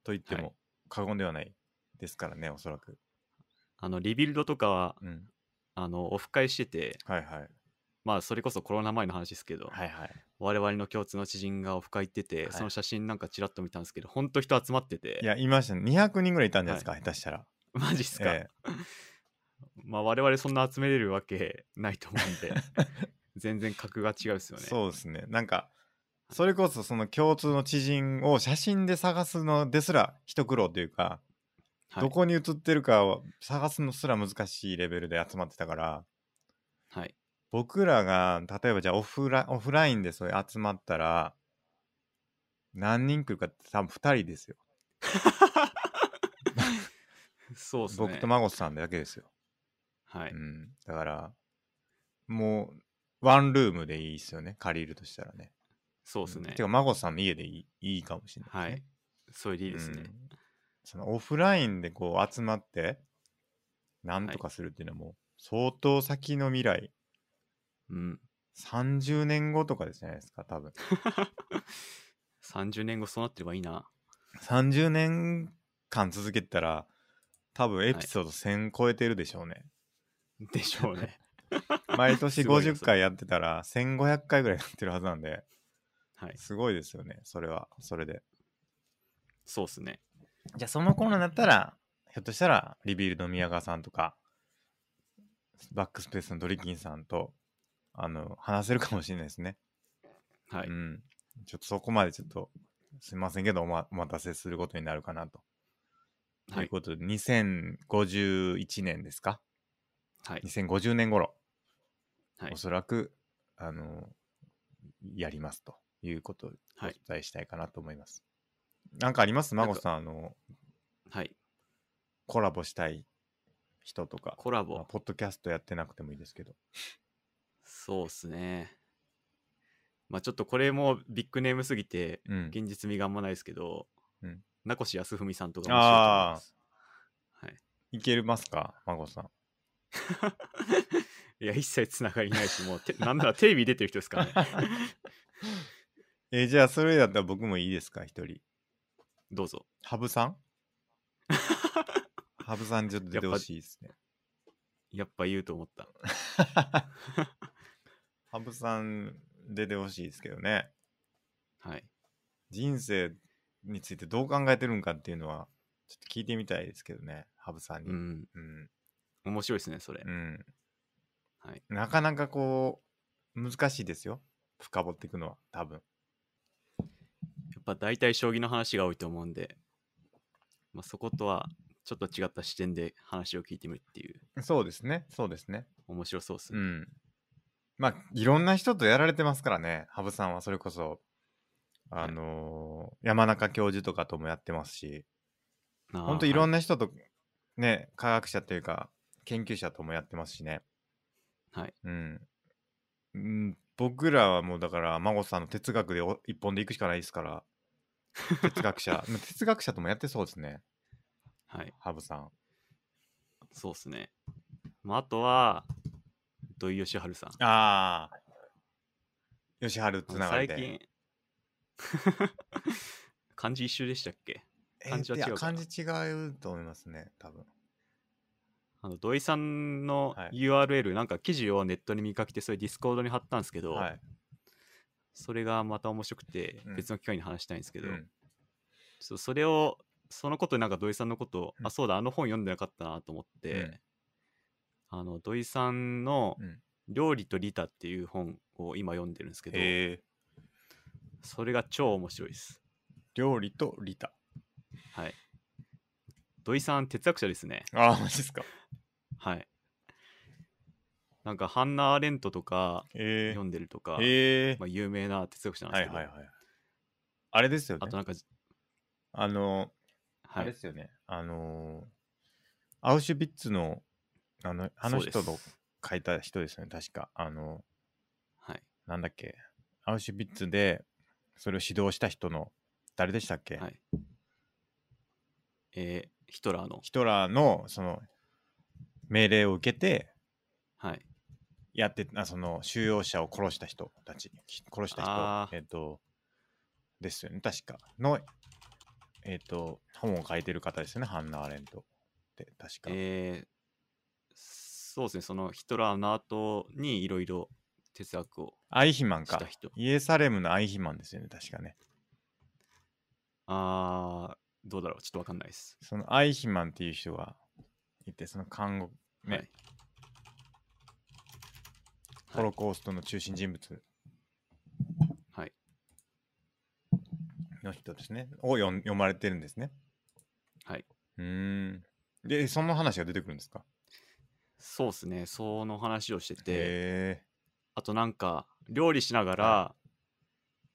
S1: と言って
S2: は
S1: も過言ではないですからね、おそらく。
S2: あのリビルドとかは
S1: うん。
S2: あのオフ会してて
S1: はいはい。
S2: まあそれこそコロナ前の話ですけど、
S1: はいはい。
S2: 我々の共通の知人がオフ会行ってて、
S1: はい
S2: その写真なんかちらっと見たんですけどほんと人集まってて
S1: いや、いましたね。200人ぐらいいたんじゃないですか、下手したら。
S2: マジっすか、
S1: え
S2: まあ我々そんな集めれるわけないと思うん で全然格が違うですよね
S1: そうですね。なんか、それこそその共通の知人を写真で探すのですら一苦労というか、
S2: はい、
S1: どこに写ってるかを探すのすら難しいレベルで集まってたから、
S2: はい
S1: 僕らが例えばじゃあオフラオフラインでそれ集まったら何人来るかって多分2人ですよ
S2: そうですね
S1: 僕と孫さんだけですよ、
S2: はい、
S1: うん、だからもうワンルームでいいですよね借りるとしたらね
S2: そうですね
S1: んてか孫さんの家でいいいいかもしれな
S2: はいいそれでいい
S1: で
S2: ですす
S1: ね
S2: ね、
S1: うんそのオフラインでこう集まってなんとかするっていうのはもう相当先の未来
S2: うん、
S1: 30年後とかじゃないですか多分
S2: 30年後そうなってればいいな
S1: 30年間続けてたら多分エピソード1000超えてるでしょう ね、
S2: でしょ うね
S1: 毎年
S2: すごいよ
S1: 50回やってたら1500回ぐらいやってるはずなんで
S2: はい
S1: すごいですよねそれはそれで
S2: そうですね
S1: じゃあその頃になったらひょっとしたら、リビールの宮川さんとか、バックスペースのドリキンさんと、あの、話せるかもしれないですね。
S2: はい。
S1: うん。ちょっとそこまでちょっと、すいませんけど、お,、ま、お待たせすることになるかなと。
S2: は
S1: という
S2: い。
S1: ことで、2051年ですか
S2: はい。
S1: 2050年頃、
S2: はい
S1: おそらくあのやりますということをお
S2: はい
S1: 伝えしたいかなと思います。なんかあります
S2: なん
S1: マ
S2: か
S1: ゴさんあの
S2: はい。
S1: コラボしたい人とか、
S2: コラ
S1: まあ
S2: ボ。
S1: ポッドキャストやってなくてもいいですけど。
S2: そうっすね。まあちょっとこれもビッグネームすぎて、
S1: うん、
S2: 現実味があんまないですけど、
S1: うん
S2: 名越康文さんとか
S1: あ
S2: 面白いと思います。
S1: いけますかマゴさん。
S2: はい。いや、一切つながりないし、もうて、 なんならテレビ出てる人で すからね。
S1: えーじゃあそれだったら僕もいいですか一人。
S2: どうぞ。
S1: ハブさ んハブさんちょっと出てほしいです ね。
S2: やっぱ言うと思った。
S1: ハブさん出てほしいですけどね。
S2: はい。
S1: 人生についてどう考えてるんかっていうのはちょっと聞いてみたいですけどね羽生さんに、
S2: う
S1: うん
S2: ん。
S1: うん
S2: 面白いですね、それ。はい。
S1: なかなかこう難しいですよ深掘っていくのは多分
S2: やっぱ大体将棋の話が多いと思うんで、まあ、そことはちょっと違った視点で話を聞いてみるっていう
S1: そうですねそうですね
S2: 面白そうです
S1: う
S2: ね、
S1: んまあいろんな人とやられてますからね羽生さんはそれこそあのー山中教授とかともやってますし
S2: あー
S1: ほんといろん
S2: は
S1: な人とね科学者というか研究者ともやってますしね
S2: い、はい
S1: うんうん、僕らはもうだから孫さんの哲学でお一本でいくしかないですから哲学 者まあ哲学者ともやってそうですね
S2: はい
S1: ハブさん
S2: そうですね、まあ、あとは土井善晴さん
S1: ああ吉春つながり
S2: 最
S1: で
S2: 近 漢字一周でしたっけ
S1: えー
S2: 漢字はい
S1: や
S2: 違うかな
S1: 漢字違うと思いますね多分
S2: あの土井さんの
S1: はい
S2: URL、なんか記事をネットに見かけてそれディスコードに貼ったんですけど、
S1: はい、
S2: それがまた面白くて
S1: うん
S2: 別の機会に話したいんですけ
S1: う
S2: ど、
S1: ん、
S2: ちょっとそれをそのことなんか土井さんのことを、
S1: うん
S2: あそうだあの本読んでなかったなと思って、あの土井さんの
S1: うん
S2: 「料理とリタ」っていう本を今読んでるんですけど、
S1: えー
S2: それが超面白いです
S1: 料理とリタ
S2: はい土井さん哲学者ですね
S1: ああマジですか
S2: はいなんかハンナ・アーレントとか
S1: え
S2: 読んでるとか、
S1: ー、えー
S2: まあ、有名な哲学者なんで
S1: はい
S2: すけど、
S1: はいはいあれですよね
S2: あとなんか、
S1: あの
S2: は
S1: あれ
S2: い
S1: で、すよね。あのーアウシュビッツの、あの、あの人
S2: そう
S1: の
S2: です
S1: 書いた人ですよね、確か。あの、
S2: はい、
S1: なんだっけ。アウシュビッツで、それを指導した人の、誰でしたっけ、
S2: はい、えーヒトラーの、
S1: ヒトラーの、その、命令を受けて、
S2: はい、
S1: やってあ、その、収容者を殺した人たち、き殺した
S2: あ
S1: 人、
S2: ー
S1: えっ、と、ですよね、確か。の、えっ、と、本を書いてる方ですよね、ハンナ・アーレントって、確か。
S2: えーそうですね、そのヒトラーの後にいろいろ哲学を
S1: アイヒマン
S2: した
S1: か。
S2: 人。
S1: イエサレムのアイヒマンですよね、確かね。
S2: あー、どうだろう、ちょっとわかんないです。
S1: そのアイヒマンっていう人がいて、その看護、ね
S2: はい
S1: ホロコーストの中心人物
S2: はい、
S1: の人ですね、を読ん読まれてるんですね。
S2: はい。
S1: うーん。で、その話が出てくるんですか
S2: そうですね、その話をしてて、
S1: へ
S2: あとなんか、料理しながら、
S1: は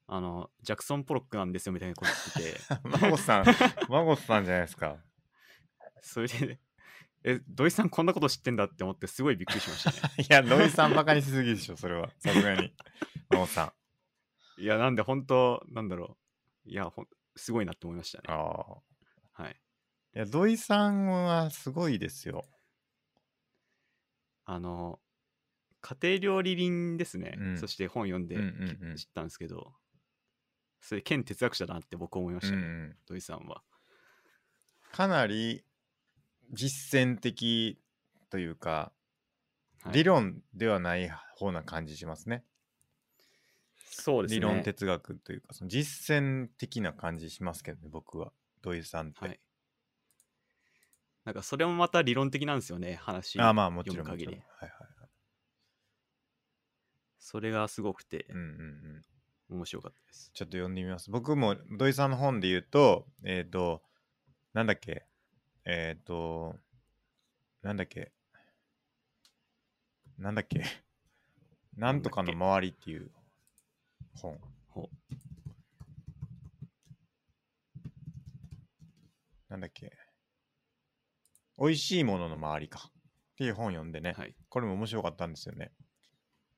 S2: あの、ジャクソン・ポロックなんですよみたいなこと言ってて、
S1: え。孫さん、孫さんじゃないですか。
S2: それで、え、土井さんこんなこと知ってんだって思って、すごいびっくりしましたね。
S1: いや、土井さんバカにしすぎでしょ、それは。さすが に。孫さん。
S2: いや、なんで本当、なんだろう、いや、ほんすごいなって思いましたね。
S1: ああ。
S2: はい。
S1: いや、土井さんはすごいですよ。
S2: あの家庭料理人ですね、
S1: うん
S2: そして本読んで
S1: うんうんうん
S2: 知ったんですけど、それ兼哲学者だなって僕思いま
S1: うん
S2: し
S1: う
S2: たね、
S1: ん。
S2: 土井さんは
S1: かなり実践的というか、
S2: はい
S1: 理論ではない方な感じしますね。
S2: そうです
S1: 理
S2: ね
S1: 論哲学というか、その実践的な感じしますけどね、僕は。土井さんって。
S2: はいなんなんかそれもまた理論的なんですよね、話。
S1: あまあもちろん。
S2: 読む限り
S1: もちろんはいはいはい。
S2: それがすごくて
S1: うんうんうん。
S2: 面白かったです。
S1: ちょっと読んでみます。僕も土井さんの本で言うと、えっ、と、なんだっけ、えっ、と、なんだっけ、なんだっけ、なんとかの周りっていう本。
S2: ほ
S1: なんだっけ、美味しいものの周りかっていう本読んでね、
S2: はい。
S1: これも面白かったんですよね。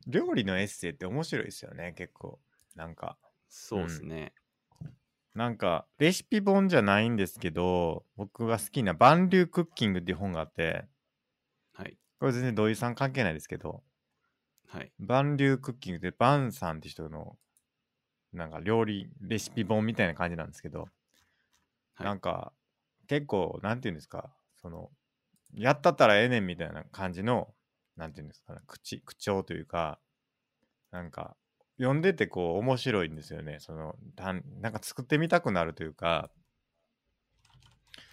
S1: 料理のエッセイって面白いですよね、結構。なんか。
S2: そうですね。
S1: なんかレシピ本じゃないんですけど僕が好きな「万流クッキング」っていう本があって
S2: はい。
S1: これ全然土井さん関係ないですけど
S2: はい。
S1: 万流クッキングってバンさんって人のなんか料理レシピ本みたいな感じなんですけど、
S2: はい
S1: なんか結構なんていうんですかそのやったったらええねんみたいな感じのなんていうんですかね口口調というかなんか読んでてこう面白いんですよねそのたんなんか作ってみたくなるというか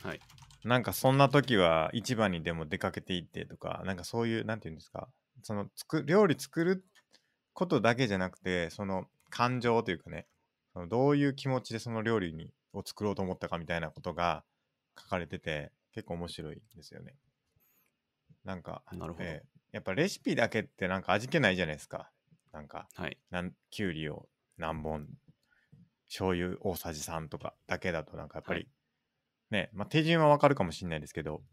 S2: はい。
S1: なんかそんな時は市場にでも出かけていってとかなんかそういうなんて言うんですかその作料理作ることだけじゃなくてその感情というかねそのどういう気持ちでその料理にを作ろうと思ったかみたいなことが書かれてて結構面白いですよね。なんか
S2: なるほど
S1: ええやっぱレシピだけってなんか味気ないじゃないですか。なんか
S2: はい。
S1: なんきゅうりを何本醤油大さじ3とかだけだとなんかやっぱり、
S2: はい
S1: ねまあ手順はわかるかもしれないですけど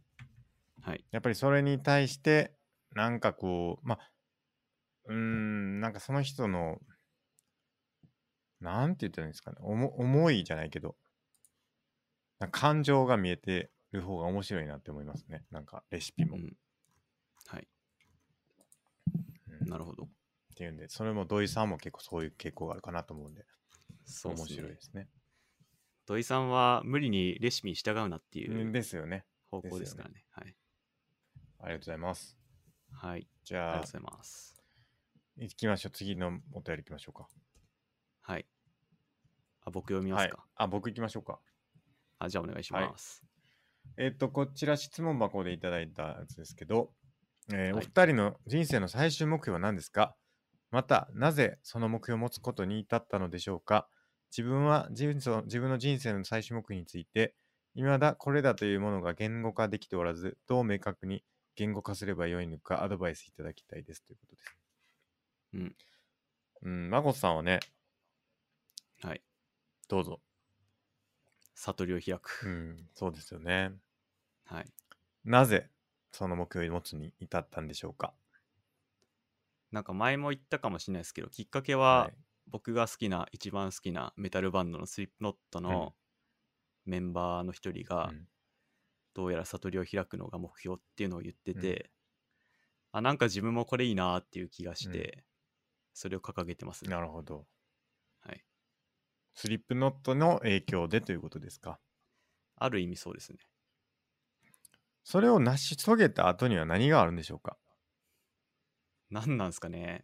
S2: はい。
S1: やっぱりそれに対してなんかこうまあうーんなんかその人のなんて言ったらいいんですかね思思いじゃないけどなんか感情が見えてる方が面白いなって思いますねなんかレシピ
S2: う
S1: も、
S2: ん。はい。
S1: うん
S2: な
S1: っ
S2: るほど。
S1: ていうんでそれも土井さんも結構そういう傾向があるかなと思うんで
S2: そう
S1: 面
S2: です
S1: 白い
S2: ね
S1: で。すね
S2: 土井さんは無理にレシピに従うなってい
S1: うん
S2: う
S1: ですよね
S2: 方向
S1: で
S2: で
S1: よ
S2: すす
S1: ね
S2: からね。はい。
S1: ありがとうございます。
S2: はい。
S1: じ
S2: ありが
S1: ゃ
S2: と
S1: あ
S2: うご、ざいます。
S1: 行きましょう。次のお便り行きましょうか。
S2: はい。あ、僕読みま
S1: は
S2: す
S1: い
S2: か。。
S1: あ、僕行きましょうか。
S2: あ、じゃあお願いします。
S1: えっ、と、こちら質問箱でいただいたやつですけど、えー
S2: は
S1: お
S2: い
S1: 二人の人生の最終目標は何ですかまた、なぜその目標を持つことに至ったのでしょうか自分は人生自分の人生の最終目標について、未だこれだというものが言語化できておらず、どう明確に言語化すればよいのかアドバイスいただきたいですということです。
S2: うん。
S1: うん、まこさんはね、
S2: はい。
S1: どうぞ。
S2: 悟りを開
S1: う
S2: く。
S1: ん、そうですよね。
S2: はい。
S1: なぜその目標を持つに至ったんでしょうか。
S2: なんか前も言ったかもしれないですけど、きっかけ
S1: は、
S2: はい僕が好きな、一番好きなメタルバンドのスリップノットのメンバーの一人が、
S1: うん
S2: どうやら悟りを開くのが目標っていうのを言ってて、あ、なんか自分もこれいいなっていう気がして、それを掲げてますね。
S1: なるほど。
S2: はい。
S1: スリップノットの影響でということですか。
S2: ある意味そうですね。
S1: それを成し遂げた後には何があるんでしょうか。
S2: 何なんですかね。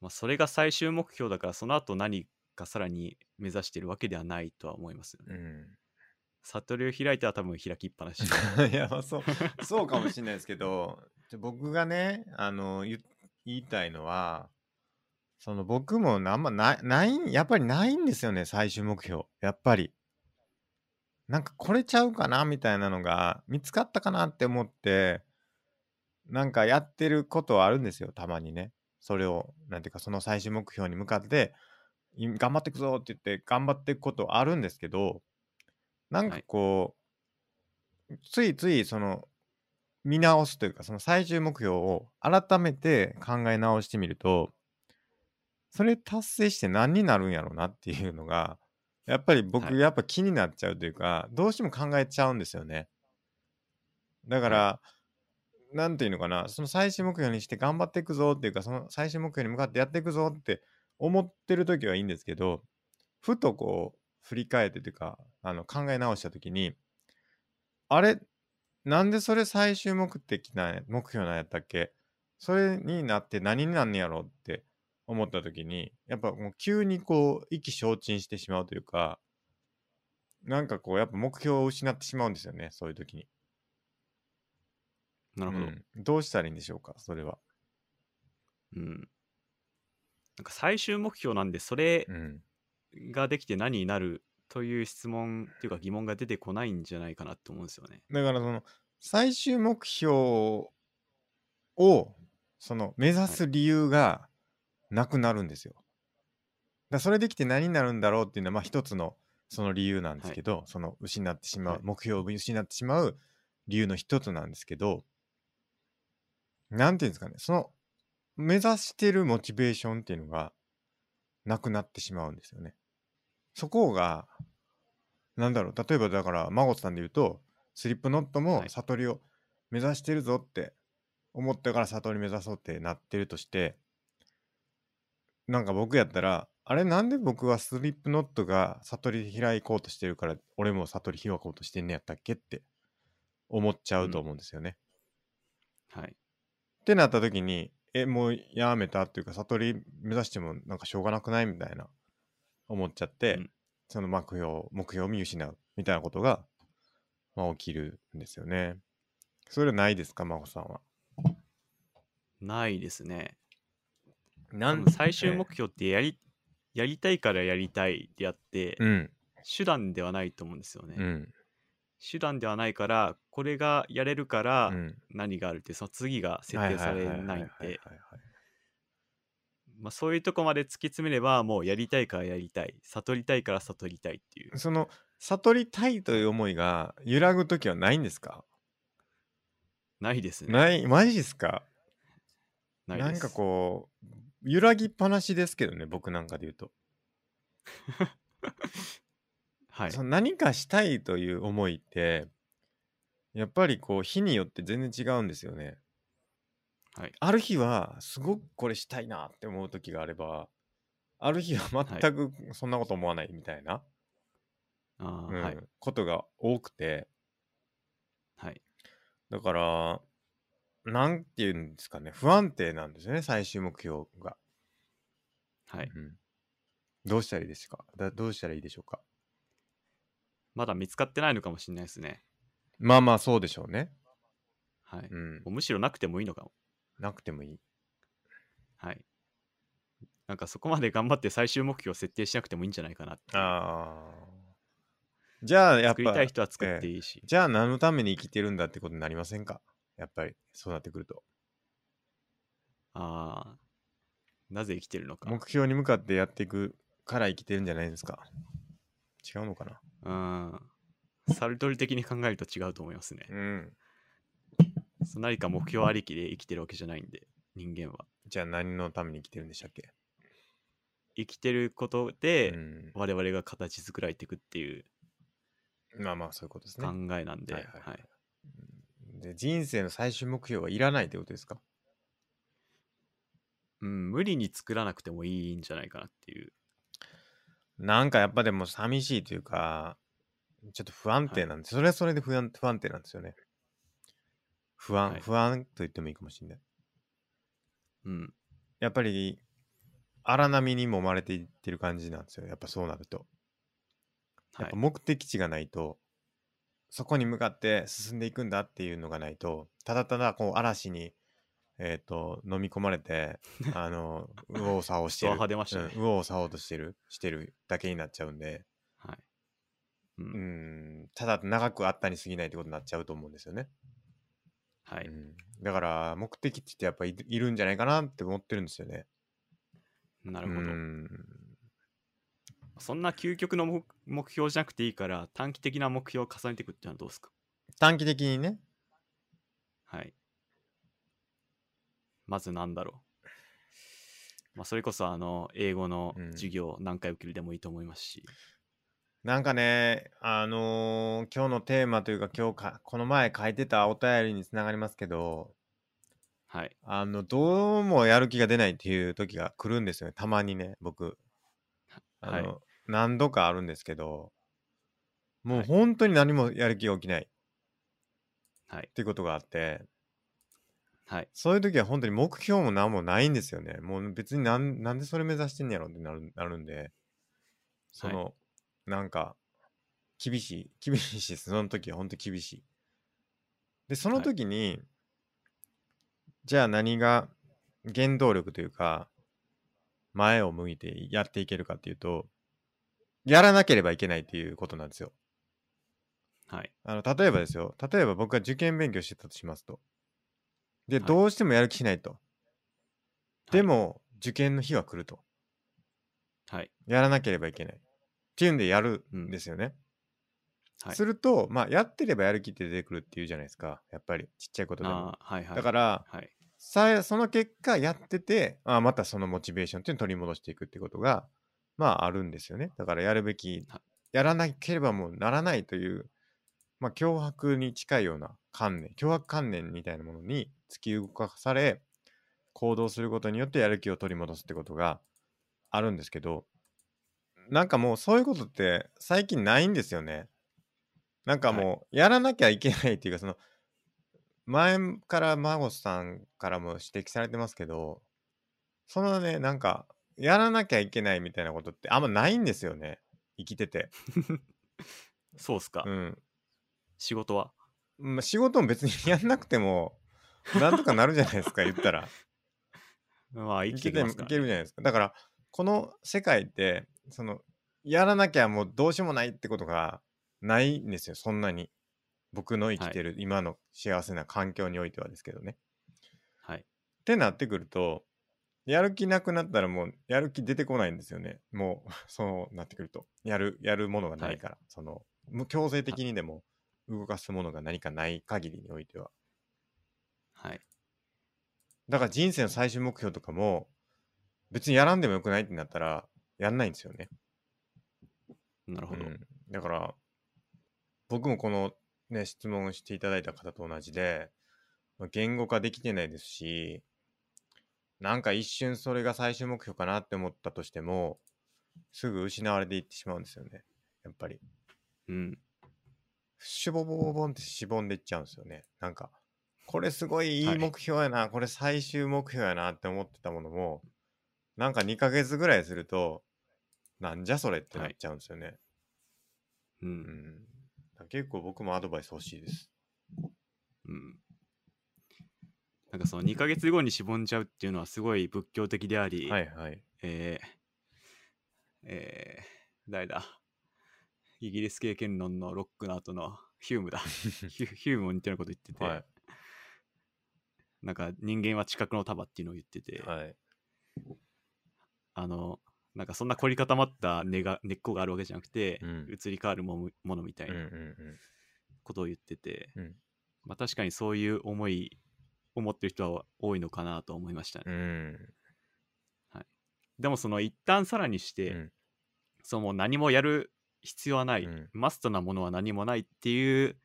S2: まあ、それが最終目標だから、その後何かさらに目指してるわけではないとは思いますよね。
S1: うん。
S2: 悟りを開いたら多分開きっぱなし。
S1: いや、まあそう、そうかもしれないですけど、じゃ僕がね、あの、言言いたいのは、その僕もあんまない、ない、やっぱりないんですよね、最終目標。やっぱり。なんかこれちゃうかなみたいなのが見つかったかなって思って、なんかやってることはあるんですよ、たまにね。それを、なんていうか、その最終目標に向かって、い頑張っていくぞって言って、頑張っていくことはあるんですけど、なんかこう、ついついその、見直すというか、その最終目標を改めて考え直してみると、それ達成して何になるんやろうなっていうのが、 やっぱり僕、
S2: はい
S1: やっぱ気になっちゃうというか、どうしても考えちゃうんですよね。だから、なんていうのかな、その最終目標にして頑張っていくぞっていうか、その最終目標に向かってやっていくぞって思ってる時はいいんですけど、ふとこう、振り返ってというか、あの考え直した時に、あれなんでそれ最終目的なんや目標なんやったっけそれになって何になんねやろうって思った時にやっぱもう急にこう意気消沈してしまうというかなんかこう、やっぱ目標を失ってしまうんですよね、そういう時に。
S2: なるほど。うん。
S1: うん、どうしたらいいんでしょうか、それは。
S2: なんか最終目標なんで、それ
S1: うん。
S2: ができて何になるという質問っていうか疑問が出てこないんじゃないかなと思うんですよね。
S1: だからその、最終目標を、その、目指す理由がなくなるんですよ。だからそれできて何になるんだろうっていうのは、まあ一つの、その理由なんですけど、その失ってしまう、
S2: はい
S1: 目標を失ってしまう理由の一つなんですけど、なんていうんですかね、その、目指してるモチベーションっていうのがなくなってしまうんですよね。そこが、なんだろう、例えばだから、孫さんで言うと、スリップノットも
S2: はい
S1: 悟りを目指してるぞって思ったから悟り目指そうってなってるとして、なんか僕やったら、あれなんで僕はスリップノットが悟り開こうとしてるから、俺も悟り開こうとしてんねやったっけって思っちゃうと思うんですよね。
S2: はい。
S1: ってなった時にえもうやめたっていうか悟り目指してもなんかしょうがなくないみたいな思っちゃって、
S2: うん
S1: その目標目標を見失うみたいなことが、まあ、起きるんですよねそれはないですか真帆さんは
S2: ないですね。
S1: な
S2: 多分最終目標ってやり、やりたいからやりたいであって、
S1: うん
S2: 手段ではないと思うんですよね。
S1: うん
S2: 手段ではないから、これがやれるから
S1: うん
S2: 何があるって、その次が設定されないん
S1: はは
S2: で、
S1: はは
S2: まあ、そういうとこまで突き詰めれば、もうやりたいからやりたい、悟りたいから悟りたいっていう
S1: い。その悟りたいという思いが揺らぐ時はないんですか、
S2: ないですね。
S1: ないマジですか
S2: ない
S1: な
S2: で
S1: ん
S2: す
S1: かこう揺らぎっぱなしですけどね僕なんかで言うと
S2: はい
S1: そ。の何かしたいという思いってやっぱりこう日によって全然違うんですよね。
S2: はい
S1: ある日はすごくこれしたいなって思う時があればある日は全くそんなこと思わないみたいな、
S2: あー
S1: うん
S2: はい。
S1: ことが多くて
S2: はい。
S1: だからなんていうんですかね不安定なんですよね最終目標が、
S2: はい。
S1: うんどうしたらいいですかだどうしたらいいでしょうか
S2: まだ見つかってないのかもしれないですね。
S1: まあまあそうでしょうね、
S2: はい。も
S1: うん、
S2: うむしろなくてもいいのかも。
S1: なくてもいい
S2: はい。なんかそこまで頑張って最終目標を設定しなくてもいいんじゃないかなっていう
S1: ああじゃあやっ
S2: 作りた
S1: ぱ
S2: い人は作っていいし。
S1: じゃあ何のために生きてるんだってことになりませんかやっぱりそうなってくると
S2: ああ。なぜ生きてるのか。
S1: 目標に向かってやっていくから生きてるんじゃないですか違うのかな
S2: うん。サルトル的に考えると違うと思いますね。
S1: うん
S2: そう何か目標ありきで生きてるわけじゃないんで、人間は。
S1: じゃあ何のために生きてるんでしたっけ、
S2: 生きてることで、
S1: うん、
S2: 我々が形作られていくっていう
S1: まあまあそういうことですね
S2: 考、えなんで、
S1: は
S2: はいい
S1: はいはいうんで人生の最終目標はいらないってことですか
S2: うん。無理に作らなくてもいいんじゃないかなっていう。
S1: なんかやっぱでも寂しいというかちょっと不安定なんです、それはそれで不安不安定なんですよね不安、
S2: はい
S1: 不安と言ってもいいかもしれない
S2: うん。
S1: やっぱり荒波に揉まれていってる感じなんですよやっぱそうなると、や
S2: は
S1: っ
S2: い
S1: ぱ。目的地がないとそこに向かって進んでいくんだっていうのがないとただただこう嵐にえっ、と飲み込まれ てあの右往左往してる
S2: ドア派出ましたね
S1: うん右往左往としてるしてるだけになっちゃうんで
S2: はい。う。
S1: うんんただ長くあったに過ぎないってことになっちゃうと思うんですよね、。
S2: はいう
S1: ん、だから目的地ってやっぱいいるんじゃないかなって思ってるんですよね
S2: なるほど
S1: う。ん
S2: そんな究極の目目標じゃなくていいから短期的な目標を重ねていくっていうのはどうですか
S1: 短期的にね
S2: はい。まずなんだろう。まあ、それこそあの英語の
S1: うん
S2: 授業を何回受けるでもいいと思いますし、
S1: なんかね、あのー今日のテーマというか、今日か、この前書いてたお便りにつながりますけど、
S2: はい。
S1: あの、どうもやる気が出ないっていう時が来るんですよね。たまにね、僕。あの、
S2: は
S1: 何度かあるんですけど、もう
S2: はい
S1: 本当に何もやる気が起きないっ
S2: はい。
S1: ていうことがあって、
S2: はい。
S1: そういう時は本当に目標も何もないんですよね。もう別になんなんでそれ目指してんやろってなるなるんで、その、なんか、厳しい厳しいしその時は本当厳しいでその時に、じゃあ何が原動力というか前を向いてやっていけるかっていうとやらなければいけないっていうことなんですよ
S2: はい。
S1: あの例えばですよ例えば僕が受験勉強してたとしますとで、
S2: はい
S1: どうしてもやる気しないと
S2: い
S1: でも、受験の日は来ると
S2: はい。
S1: やらなければいけないっていうんでやるんですよね、
S2: はい。
S1: すると、まあ、やってればやる気って出てくるっていうじゃないですかやっぱりちっちゃいことでも
S2: あーはいはい。
S1: だから
S2: はい。
S1: さその結果やっててあまたそのモチベーションっていうのを取り戻していくってことがまああるんですよねだからやるべき
S2: は
S1: やらなければもうならないという、まあ、脅迫に近いような観念脅迫観念みたいなものに突き動かされ行動することによってやる気を取り戻すってことがあるんですけどなんかもうそういうことって最近ないんですよねなんかもうやらなきゃいけないっていうかその前から孫さんからも指摘されてますけどそのねなんかやらなきゃいけないみたいなことってあんまないんですよね生きてて、
S2: そうっすか。
S1: うん
S2: 仕事は
S1: まあ、仕事も別にやんなくて もなんとかなるじゃないですか言ったら
S2: まあ、生
S1: 生
S2: き
S1: きて
S2: てき
S1: て
S2: ま
S1: も
S2: す
S1: い
S2: から、
S1: ける
S2: ね。
S1: じゃないですかだからこの世界ってそのやらなきゃもうどうしようもないってことがないんですよそんなに僕の生きてる今の幸せな環境においてはですけどね
S2: はい。
S1: ってなってくるとやる気なくなったらもうやる気出てこないんですよねもう そうなってくるとやるやるものがないから、そのもう強制的にでも動かすものが何かない限りにおいては
S2: はい。
S1: だから人生の最終目標とかも別にやらんでもよくないってなったらやんないんですよね、
S2: なる
S1: う
S2: ほど。
S1: ん、だから僕もこのね質問していただいた方と同じでまあ言語化できてないですしなんか一瞬それが最終目標かなって思ったとしてもすぐ失われていってしまうんですよねやっぱり
S2: うん。
S1: しぼぼぼぼんってしぼんでいっちゃうんですよねなんかこれすごいい
S2: はいい
S1: 目標やな、これ最終目標やなって思ってたものもなんか2ヶ月ぐらいするとなんじゃそれってなっちゃうんですよね、
S2: う。
S1: うんん、だから結構僕もアドバイス欲しいです
S2: うん。なんかその2ヶ月後にしぼんじゃうっていうのはすごい仏教的であり、
S1: はいはい
S2: えー、えー、誰だイギリス経験論のロックの後のヒュー ムだ。ヒュヒュームも似たようなこと言ってて、
S1: は
S2: なんか人間は知覚の束っていうのを言って
S1: い
S2: て、
S1: はい
S2: あの、なんかそんな凝り固まった根が根っこがあるわけじゃなくて、
S1: うん
S2: 移り変わるもむものみたい
S1: うんうん
S2: なことを言ってて、
S1: うん
S2: まあ、確かにそういう思いを持ってる人は多いのかなと思いましたね。
S1: うんうん
S2: でもその一旦さらにして、
S1: うん
S2: そうもう何もやる必要はない、
S1: うん
S2: マストなものは何もないっていう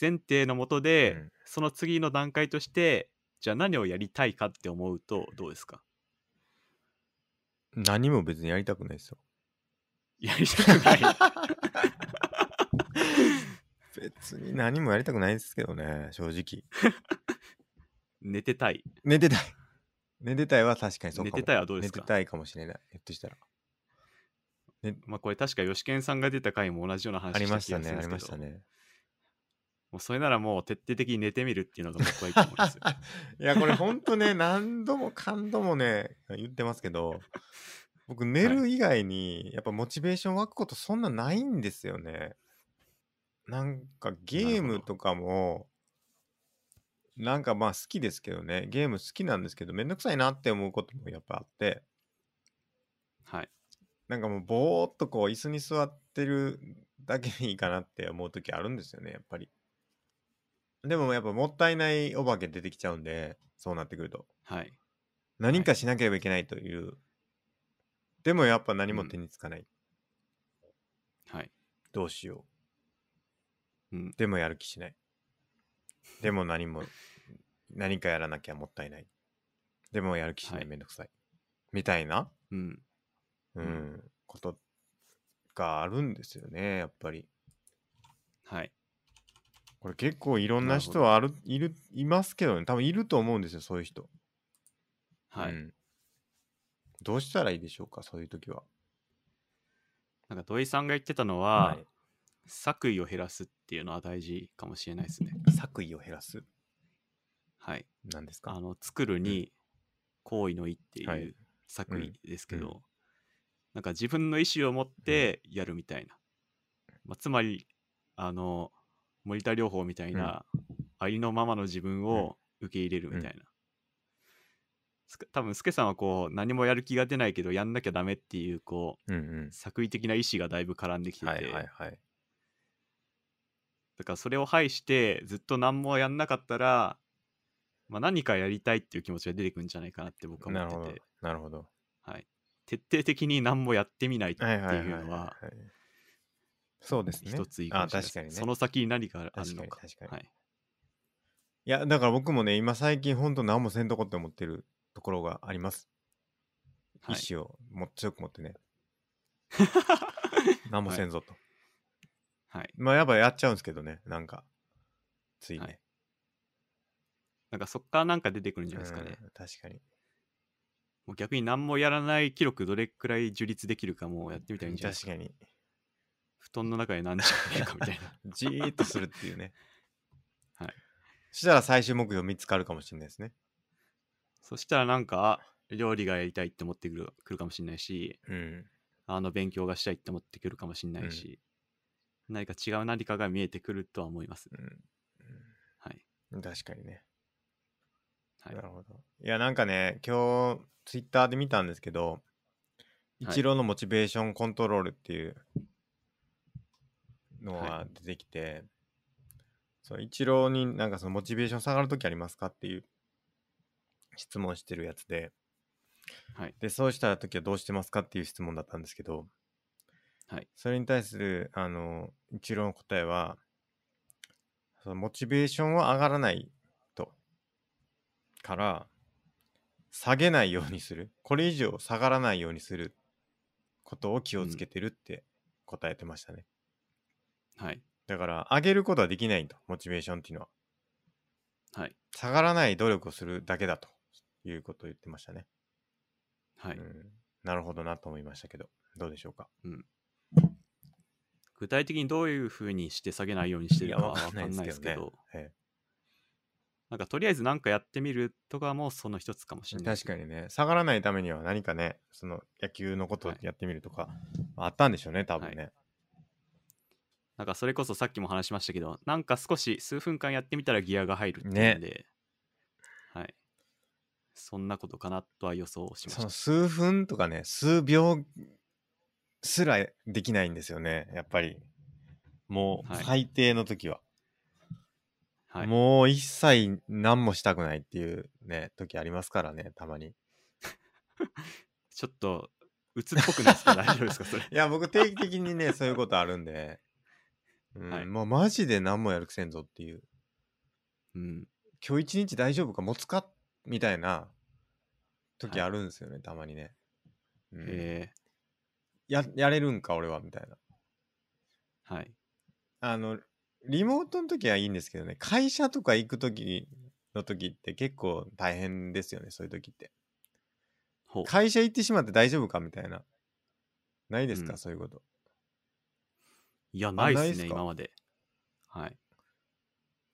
S2: 前提のもとで、
S1: うん
S2: その次の段階としてじゃあ何をやりたいかって思うとどうで すか
S1: 何も別にやりたくないですよ
S2: やりたくない
S1: 別に何もやりたくないですけどね正直
S2: 寝てたい
S1: 寝てたい寝てたいは確かにそうか
S2: 寝
S1: も
S2: てたいはどうで
S1: 寝
S2: す
S1: て
S2: か
S1: たいかもしれないひょっとしたら
S2: まあこれ確か吉健さんが出た回も同じような話
S1: ありまし
S2: 気が
S1: た
S2: す
S1: ね
S2: るん
S1: あり
S2: です
S1: ま
S2: け
S1: した
S2: ど
S1: ね
S2: もうそれならもう徹底的に寝てみるっていうのが僕はいいと思い ます
S1: いやこれほんとね何度もかんどもね言ってますけど僕寝る以外にやっぱモチベーション湧くことそんなないんですよねなんかゲー
S2: なる
S1: ム
S2: ほど
S1: とかもなんかまあ好きですけどねゲーム好きなんですけどめんどくさいなって思うこともやっぱあって
S2: はい
S1: なんかもうぼーっとこう椅子に座ってるだけでいいかなって思う時あるんですよねやっぱりでもやっぱもったいないお化け出てきちゃうんでそうなってくると
S2: はい
S1: 何かしなければいけないという、でもやっぱ何も手につかない、
S2: はい
S1: どうしよ
S2: うん
S1: うでもやる気しないでも何も何かやらなきゃもったいないでもやる気しない、
S2: はい
S1: めんどくさいみたいな、
S2: うん
S1: うん
S2: う
S1: ことがあるんですよねやっぱり
S2: はい
S1: これ結構いろんな人はあるいるいますけどね多分いると思うんですよそういう人、
S2: はい、
S1: うんどうしたらいいでしょうかそういう時は
S2: なんか土井さんが言ってたのは、
S1: はい
S2: 作為を減らすっていうのは大事かもしれないですね。
S1: 作為を減らす。
S2: はい。
S1: なんですか
S2: あの、作るに行為の意って
S1: はいいう
S2: 作為ですけど、
S1: うん
S2: なんか自分の意思を持ってやるみたいな。まあ、つまり、あの、モニター療法みたいな、ありのままの自分を受け入れるみたいな。すく多分スケさんはこう何もやる気が出ないけどやんなきゃダメっていうこ
S1: うんうん
S2: う。作為的な意思がだいぶ絡んできてて、
S1: はいはいはい。
S2: だからそれを排してずっと何もやんなかったら、まあ、何かやりたいっていう気持ちが出てくるんじゃないかなって僕は
S1: なるほ
S2: 思っ
S1: ど
S2: てて、。
S1: なるほど。
S2: はい、徹底的に何もやってみないって
S1: はいいはいは
S2: う
S1: い
S2: のは
S1: はいそうですね。
S2: 一ついい
S1: あ
S2: かもしれないで
S1: 確
S2: す、
S1: かにね。
S2: その先に何がある
S1: 確か
S2: の
S1: に
S2: か
S1: 確かに。
S2: はい、
S1: いや、だから僕もね、今最近本当何もせんとこって思ってるところがあります。
S2: はい、
S1: 意思をも強く持 ってね。何もせんぞと。
S2: はい、
S1: まあやっぱやっちゃうんですけどね、なんか。ついね。
S2: はいなんかそっからなんか出てくるんじゃないですかね、
S1: うん確かに。
S2: もう逆に何もやらない記録どれくらい樹立できるかもうやってみたらいいんじゃないで
S1: 確
S2: すか
S1: かに。
S2: 布団の中で何時間いるかみ たいな
S1: じーっとするっていうね。
S2: はい。
S1: したら最終目標見つかるかもしれないですね。
S2: そしたらなんかあ料理がやりたいって思ってくるくるかもしれないし
S1: うん。
S2: あの勉強がしたいって思ってくるかもしれないし、何か違う何かが見えてくるとは思います。はい。
S1: うん。確かにね。
S2: はい
S1: な、るほど。いや、なんかね、今日、ツイッターで見たんですけど、イ
S2: はい
S1: チローのモチベーションコントロールっていうのが出てきて、そう、イチローになんかそのモチベーション下がるときありますかっていう質問してるやつで、
S2: はい
S1: で、そうしたときはどうしてますかっていう質問だったんですけど、
S2: はい
S1: それに対する、あの、イチローの答えは、そのモチベーションは上がらないと。から、下げないようにする。これ以上下がらないようにすることを気をつけてるって答えてましたね。
S2: はい。
S1: だから、上げることはできないと。モチベーションっていうのは。
S2: はい。
S1: 下がらない努力をするだけだということを言ってましたね。
S2: はい。
S1: うん、なるほどなと思いましたけど、どうでしょうか。
S2: 具体的にどういうふうにして下げないようにして
S1: い
S2: る
S1: や、
S2: かは
S1: わ
S2: わ
S1: かんな
S2: か
S1: い
S2: ん
S1: で
S2: ないですす
S1: け
S2: け
S1: ど
S2: ど、
S1: ね。
S2: なんかとりあえず何かやってみるとかもその一つかもし
S1: え
S2: れ
S1: え
S2: ない。
S1: 確かにね、下がらないためには何かね、その野球のことをやってみるとか、あったんでしょうね、多分ね。
S2: なんかそれこそさっきも話しましたけど、なんか少し数分間やってみたらギアが入るっていうので、はい。そんなことかなとは予想しま
S1: そ
S2: し
S1: の
S2: た。
S1: 数分とかね、数秒すらできないんですよね、やっぱり。もう
S2: はい
S1: 最低の時は。
S2: はい。
S1: もう一切何もしたくないっていうね、時ありますからね、たまに。
S2: ちょっと、鬱っぽくないですか大丈夫ですかそれ。
S1: いや、僕定期的にね、そういうことあるん で、うん
S2: はい
S1: もうマジで何もやるくせんぞっていう、
S2: うん。
S1: 今日一日大丈夫か持つかみたいな時
S2: はい
S1: あるんですよね、たまにね。うん
S2: え
S1: ややれるんか俺はみたいな。
S2: ー、はい。
S1: あの、リモートの時はいいんですけどね、会社とか行く時の時って結構大変ですよね、そういう時って。
S2: ほう。
S1: 会社行ってしまって大丈夫かみたいな。ないですか、
S2: うん
S1: そういうこと。
S2: いや、ない
S1: ない
S2: で
S1: っ
S2: す
S1: す
S2: ね、
S1: か
S2: 今まで。はい。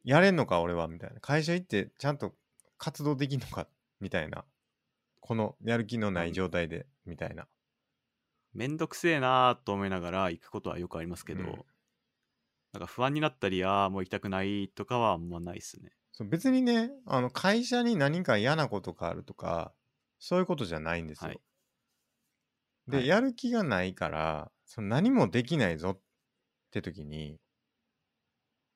S1: やれんのか、俺はみたいな。会社行ってちゃんと活動できんのかみたいな。このやる気のな
S2: う
S1: い
S2: ん
S1: 状態で、みたいな。
S2: めんどくせえなーと思いながら行くことはよくありますけど、
S1: うん
S2: なんか不安になったり、ああ、もう行きたくないとかはあんまないですね。
S1: そう別にね、あの会社に何か嫌なことがあるとか、そういうことじゃないんですよ。
S2: はい
S1: で、
S2: はい
S1: やる気がないから、その何もできないぞって時に、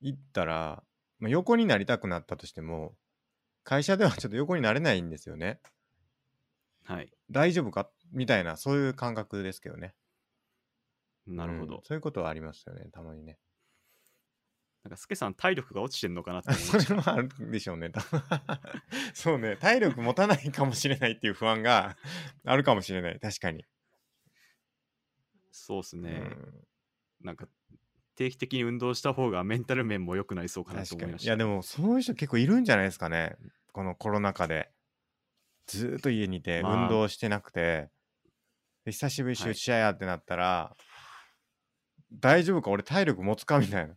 S1: 行ったら、まあ、横になりたくなったとしても、会社ではちょっと横になれないんですよね。
S2: はい。
S1: 大丈夫かみたいな、そういう感覚ですけどね。
S2: なるほど。
S1: うんそういうことはありますよね、たまにね。
S2: なんか、スケさん、体力が落ちてんのかなって思い
S1: そ
S2: まし
S1: れもあるでしょうね。 多分そうね、体力持たないかもしれないっていう不安が あるかもしれない、確かに。
S2: そうですね、
S1: うん
S2: なんか、定期的に運動した方がメンタル面も良くなりそうかな
S1: 確
S2: と思
S1: か
S2: い
S1: に。
S2: ま
S1: い
S2: し
S1: や、
S2: た。
S1: でも、そういう人結構いるんじゃないですかね、このコロナ禍で。ずーっと家にいて、
S2: まあ
S1: 運動してなくて、で久しぶり
S2: はい
S1: に試合やってなったら、大丈夫か俺体力持つかみたいな。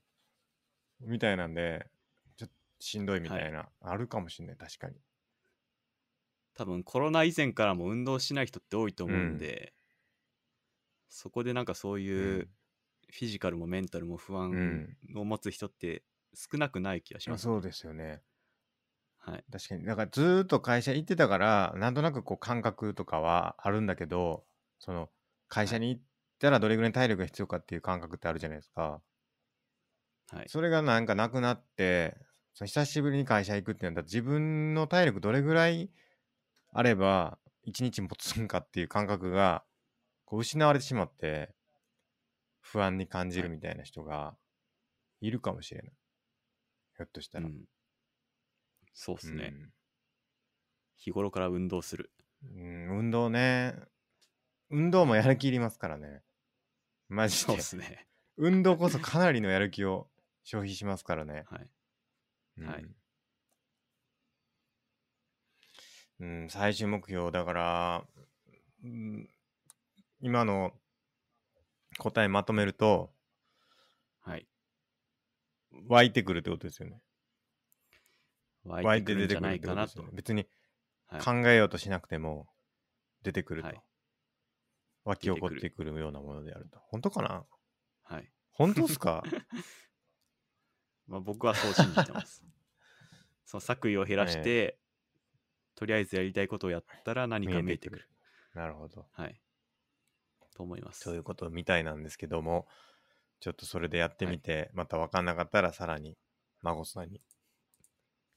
S1: みたいなんで、ちょっとしんどいみたいな、あるかもしれない、確かに。
S2: 多分コロナ以前からも運動しない人って多いと思うんで、そこでなんかそういううんフィジカルもメンタルも不
S1: う
S2: 安
S1: ん。
S2: を持つ人って少なくない気がし
S1: まあ
S2: ます。
S1: そうですよね。
S2: はい。
S1: 確かに。だからずーっと会社行ってたから、なんとなくこう感覚とかはあるんだけど、その会社に行ったらどれぐらい体力が必要かっていう感覚ってあるじゃないですか。
S2: はい。
S1: それがなんかなくなって、そう久しぶりに会社行くってなったら自分の体力どれぐらいあれば一日持つんかっていう感覚がこう失われてしまって不安に感じるみたいな人がいるかもしれない。ひょっとした
S2: う
S1: ら。
S2: ん。そうですね、日頃から運動する。
S1: うん。うん運動ね。運動もやる気いりますからね。マジ
S2: そう
S1: で
S2: で。すね。
S1: 運動こそかなりのやる気を消費しますからね。
S2: はい。は
S1: はいうん、最終目標だから、うん、今の答えまとめると
S2: はい。
S1: 湧いてくるってことですよね。
S2: 湧いてくるんじゃない
S1: って
S2: か
S1: こと
S2: な
S1: です
S2: と。
S1: よね。別に
S2: はい
S1: 考えようとしなくても出てくると、
S2: はい
S1: 湧き起こっ
S2: 出
S1: て
S2: て
S1: くるようなものであると。本当かな
S2: はい。
S1: 本当っす か
S2: まあ、僕はそう信じ てます。その作為を減らして、とりあえずやりたいことをやったら何か見えてくる。
S1: なるほど。
S2: はい。と思います。
S1: ということみたいなんですけども、ちょっとそれでやってみて、また分かんなかったら、さらに孫さんに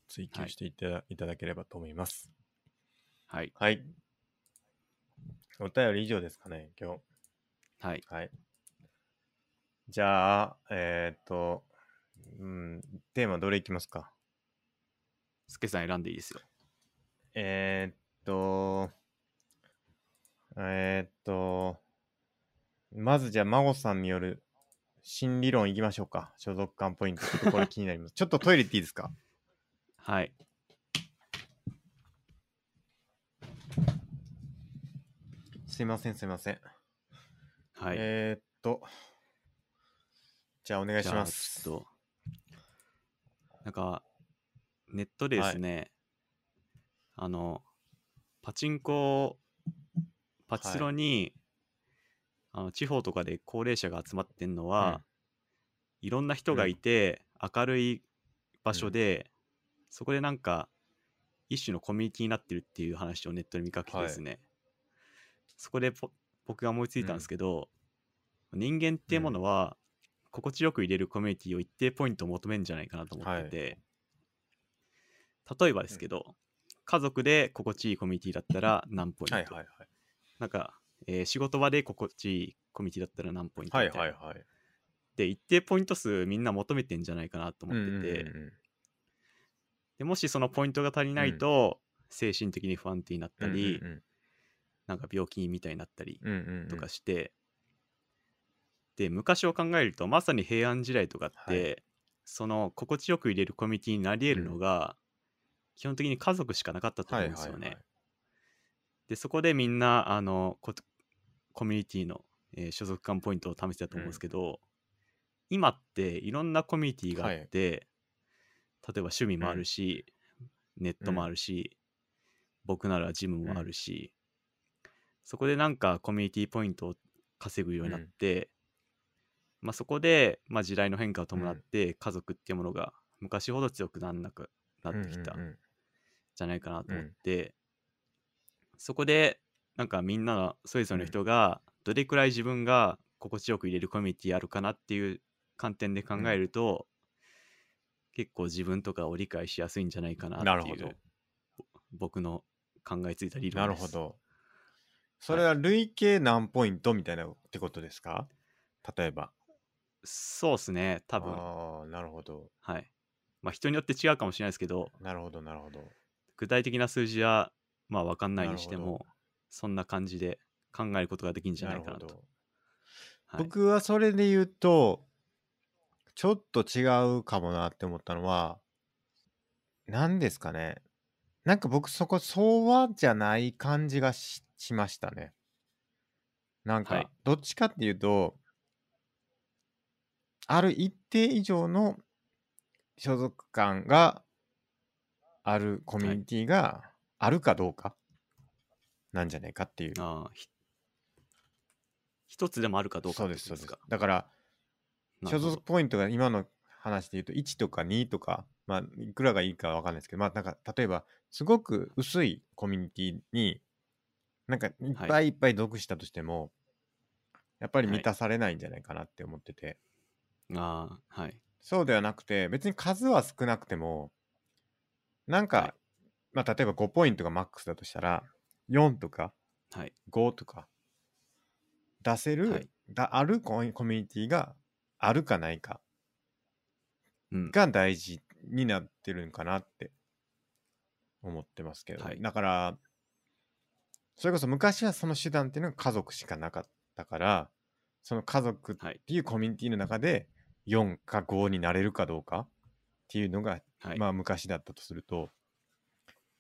S1: 追求していた,、い、ただければと思います。
S2: はい。
S1: はい。お便り以上ですかね、今日。
S2: はい。
S1: はい。じゃあ、えーっと、うん、テーマどれいきますか。
S2: スケさん選んでいいですよ。
S1: えーっと、えーっと、まずじゃあ、孫さんによる新理論いきましょうか。所属感ポイント。ちょっとこれ気にな ります。ちょっとトイレ行っていいですか
S2: はい。
S1: すいません、すいません。
S2: はい。
S1: えーっと、じゃあお願いし
S2: じゃ
S1: ま
S2: あ
S1: す。
S2: ちょっと、なんか、ネットでですね、あの、パチンコ、パチスロに、あの地方とかで高齢者が集まってんのは、いろんな人がいて、明るい場所で、そこでなんか、一種のコミュニティになってるっていう話をネットで見かけてですね、そこでぽ僕が思いついたんですけど、人間っていうものは、心地よく入れるコミュニティを一定ポイント求めるんじゃないかなと思ってて、例えばですけど、家族で心地いいコミュニティだったら何ポイント、
S1: はいはいはい。
S2: なんか、えー仕事場で心地いいコミュニティだったら何ポイントみ
S1: は
S2: たい
S1: い
S2: な、
S1: はいはい。
S2: で一定ポイント数みんな求めてんじゃないかなと思ってて、
S1: うんうんうんうん
S2: でもしそのポイントが足りないと、精神的に不安定になったり、
S1: うんうん
S2: なんか病気みたいになったり
S1: うんうんうんうん
S2: とかして、で昔を考えるとまさに平安時代とかって、
S1: は
S2: その心地よく入れるコミュニティになり得るのが、基本的に家族しかなかったと
S1: は
S2: 思う
S1: い
S2: んで
S1: は
S2: す
S1: い
S2: よね。
S1: はい。
S2: でそこでみんなあのこコミュニティの、えー所属感ポイントを試してたと思うんですけど、今っていろんなコミュニティがあって、例えば趣味もあるし、ネットもあるし、僕ならジムもあるし、そこでなんかコミュニティポイントを稼ぐようになって、まあ、そこで、まあ、時代の変化を伴って家族っていうものが昔ほど強くなんなくなってきた
S1: うんうんうん
S2: じゃないかなと思って、そこでなんかみんなのそれぞれの人がどれくらい自分が心地よく入れるコミュニティあるかなっていう観点で考えると、結構自分とかを理解しやすいんじゃないかな
S1: な
S2: っ
S1: る
S2: てい
S1: ほ
S2: う
S1: ど。
S2: 僕の考えついた理
S1: な
S2: 論
S1: る
S2: です。
S1: ほど。それは累計何ポイントみたいなってことですか例えば。
S2: そうですね多分
S1: ああ、なるほど。
S2: はい。まあ人によって違うかもしれないですけど
S1: なるほど、なるほど。
S2: 具体的な数字はまあ分かんないにして
S1: なるほ
S2: もそんな感じで考えることができるんじゃないかなと。
S1: るほど
S2: はい
S1: 僕はそれで言うと、ちょっと違うかもなって思ったのは、何ですかね。なんか僕そこ、そうはじゃない感じがししましたね。なん
S2: はい
S1: か、どっちかっていうと、ある一定以上の所属感があるコミュニティがあるかどうかなんじゃないかっていう。
S2: ああ、ひ一つでもあるかどうか
S1: そ
S2: っ
S1: う
S2: て
S1: で
S2: こ
S1: す、
S2: と
S1: そうです
S2: か。。
S1: だから、
S2: な
S1: 所
S2: るほど
S1: 属ポイントが今の話で言うと1とか2とか、まあ、いくらがいいかわかんないですけど、まあ、なんか例えばすごく薄いコミュニティになんかいっぱ
S2: はい
S1: いっぱい属したとしても、やっぱり
S2: はい
S1: 満たされないんじゃないかなって思ってて、
S2: ああ、はい。
S1: そうではなくて別に数は少なくてもなんか、
S2: はい
S1: まあ、例えば5ポイントがマックスだとしたら4とか
S2: はい。
S1: 5とか出せる、
S2: はい
S1: だあるコミコミュニティがあるかないか
S2: うん。
S1: が大事になってるんかなって思ってますけど、
S2: はい
S1: だからそれこそ昔はその手段っていうのが家族しかなかったからその家族っ
S2: はい。
S1: ていうコミュニティの中で4か5になれるかどうかっていうのが、
S2: はい。
S1: まあ昔だったとすると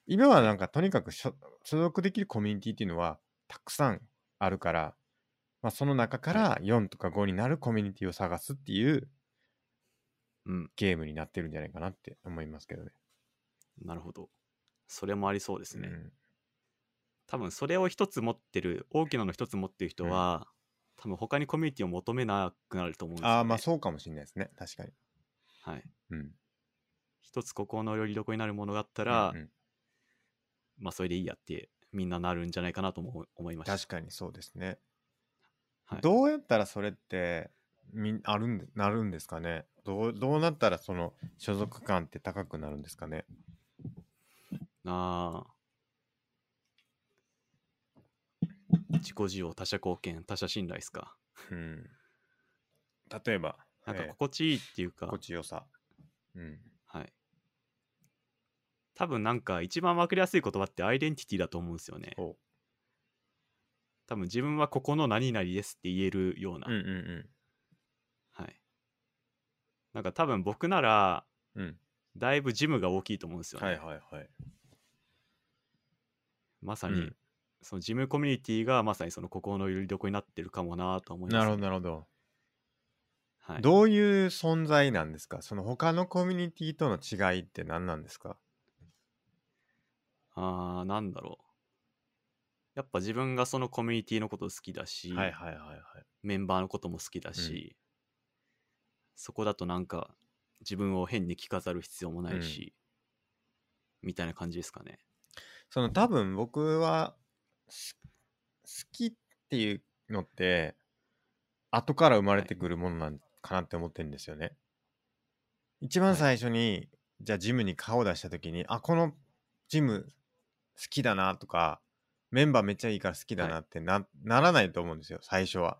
S1: 今はなんかとにかく所所属できるコミュニティっていうのはたくさんあるから、まあ、その中から4とか5になるコミュニティを探すっていう
S2: うん。
S1: ゲームになってるんじゃないかなって思いますけどね。
S2: なるほど。それもありそうですね。
S1: うん
S2: 多分それを一つ持ってる、大きなの一つ持ってる人は、多分他にコミュニティを求めなくなると思うんですよ、ね。
S1: ああ、まあそうかもしれないですね。確かに。
S2: はい。
S1: うん。
S2: 一つここのよりどこになるものがあったら、
S1: うんうん
S2: まあそれでいいやって、みんななるんじゃないかなとも思いました。
S1: 確かにそうですね。
S2: はい
S1: どうやったらそれって、みんあるんでなるんですかねどうどうなったらその所属感って高くなるんですかね
S2: ああ。自己需要、他者貢献、他者信頼ですか。
S1: うん。例えば、
S2: なんか
S1: えー
S2: 心地いいっていうか、
S1: 心地よさ。うん。
S2: はい。多分なんか一番わかりやすい言葉ってアイデンティティだと思うんですよね。
S1: ほ
S2: 多分自分はここの何々ですって言えるような。
S1: う。うんう
S2: はい。なんか多分僕なら、
S1: んうん。うん。
S2: だいぶジムが大きいと思うんですよね。
S1: はいはいはい。
S2: まさ
S1: う
S2: に
S1: ん、
S2: そのジムコミュニティがまさにそのここのよりどこになってるかもなと思います、
S1: なるほどなるほど。
S2: ど。はい。
S1: どういう存在なんですかその他のコミュニティとの違いって何なんですか
S2: あーなんだろう。やっぱ自分がそのコミュニティのこと好きだし、
S1: はいはいはいはい。
S2: メンバーのことも好きだし、そこだとなんか自分を変に着飾る必要もないし、みたいな感じですかね。
S1: その多分僕はす好きっていうのって後から生まれてくるものなんかなって思ってるんですよね。一番最初に、じゃあジムに顔を出した時にあこのジム好きだなとかメンバーめっちゃいいから好きだなってな,、ならないと思うんですよ最初は。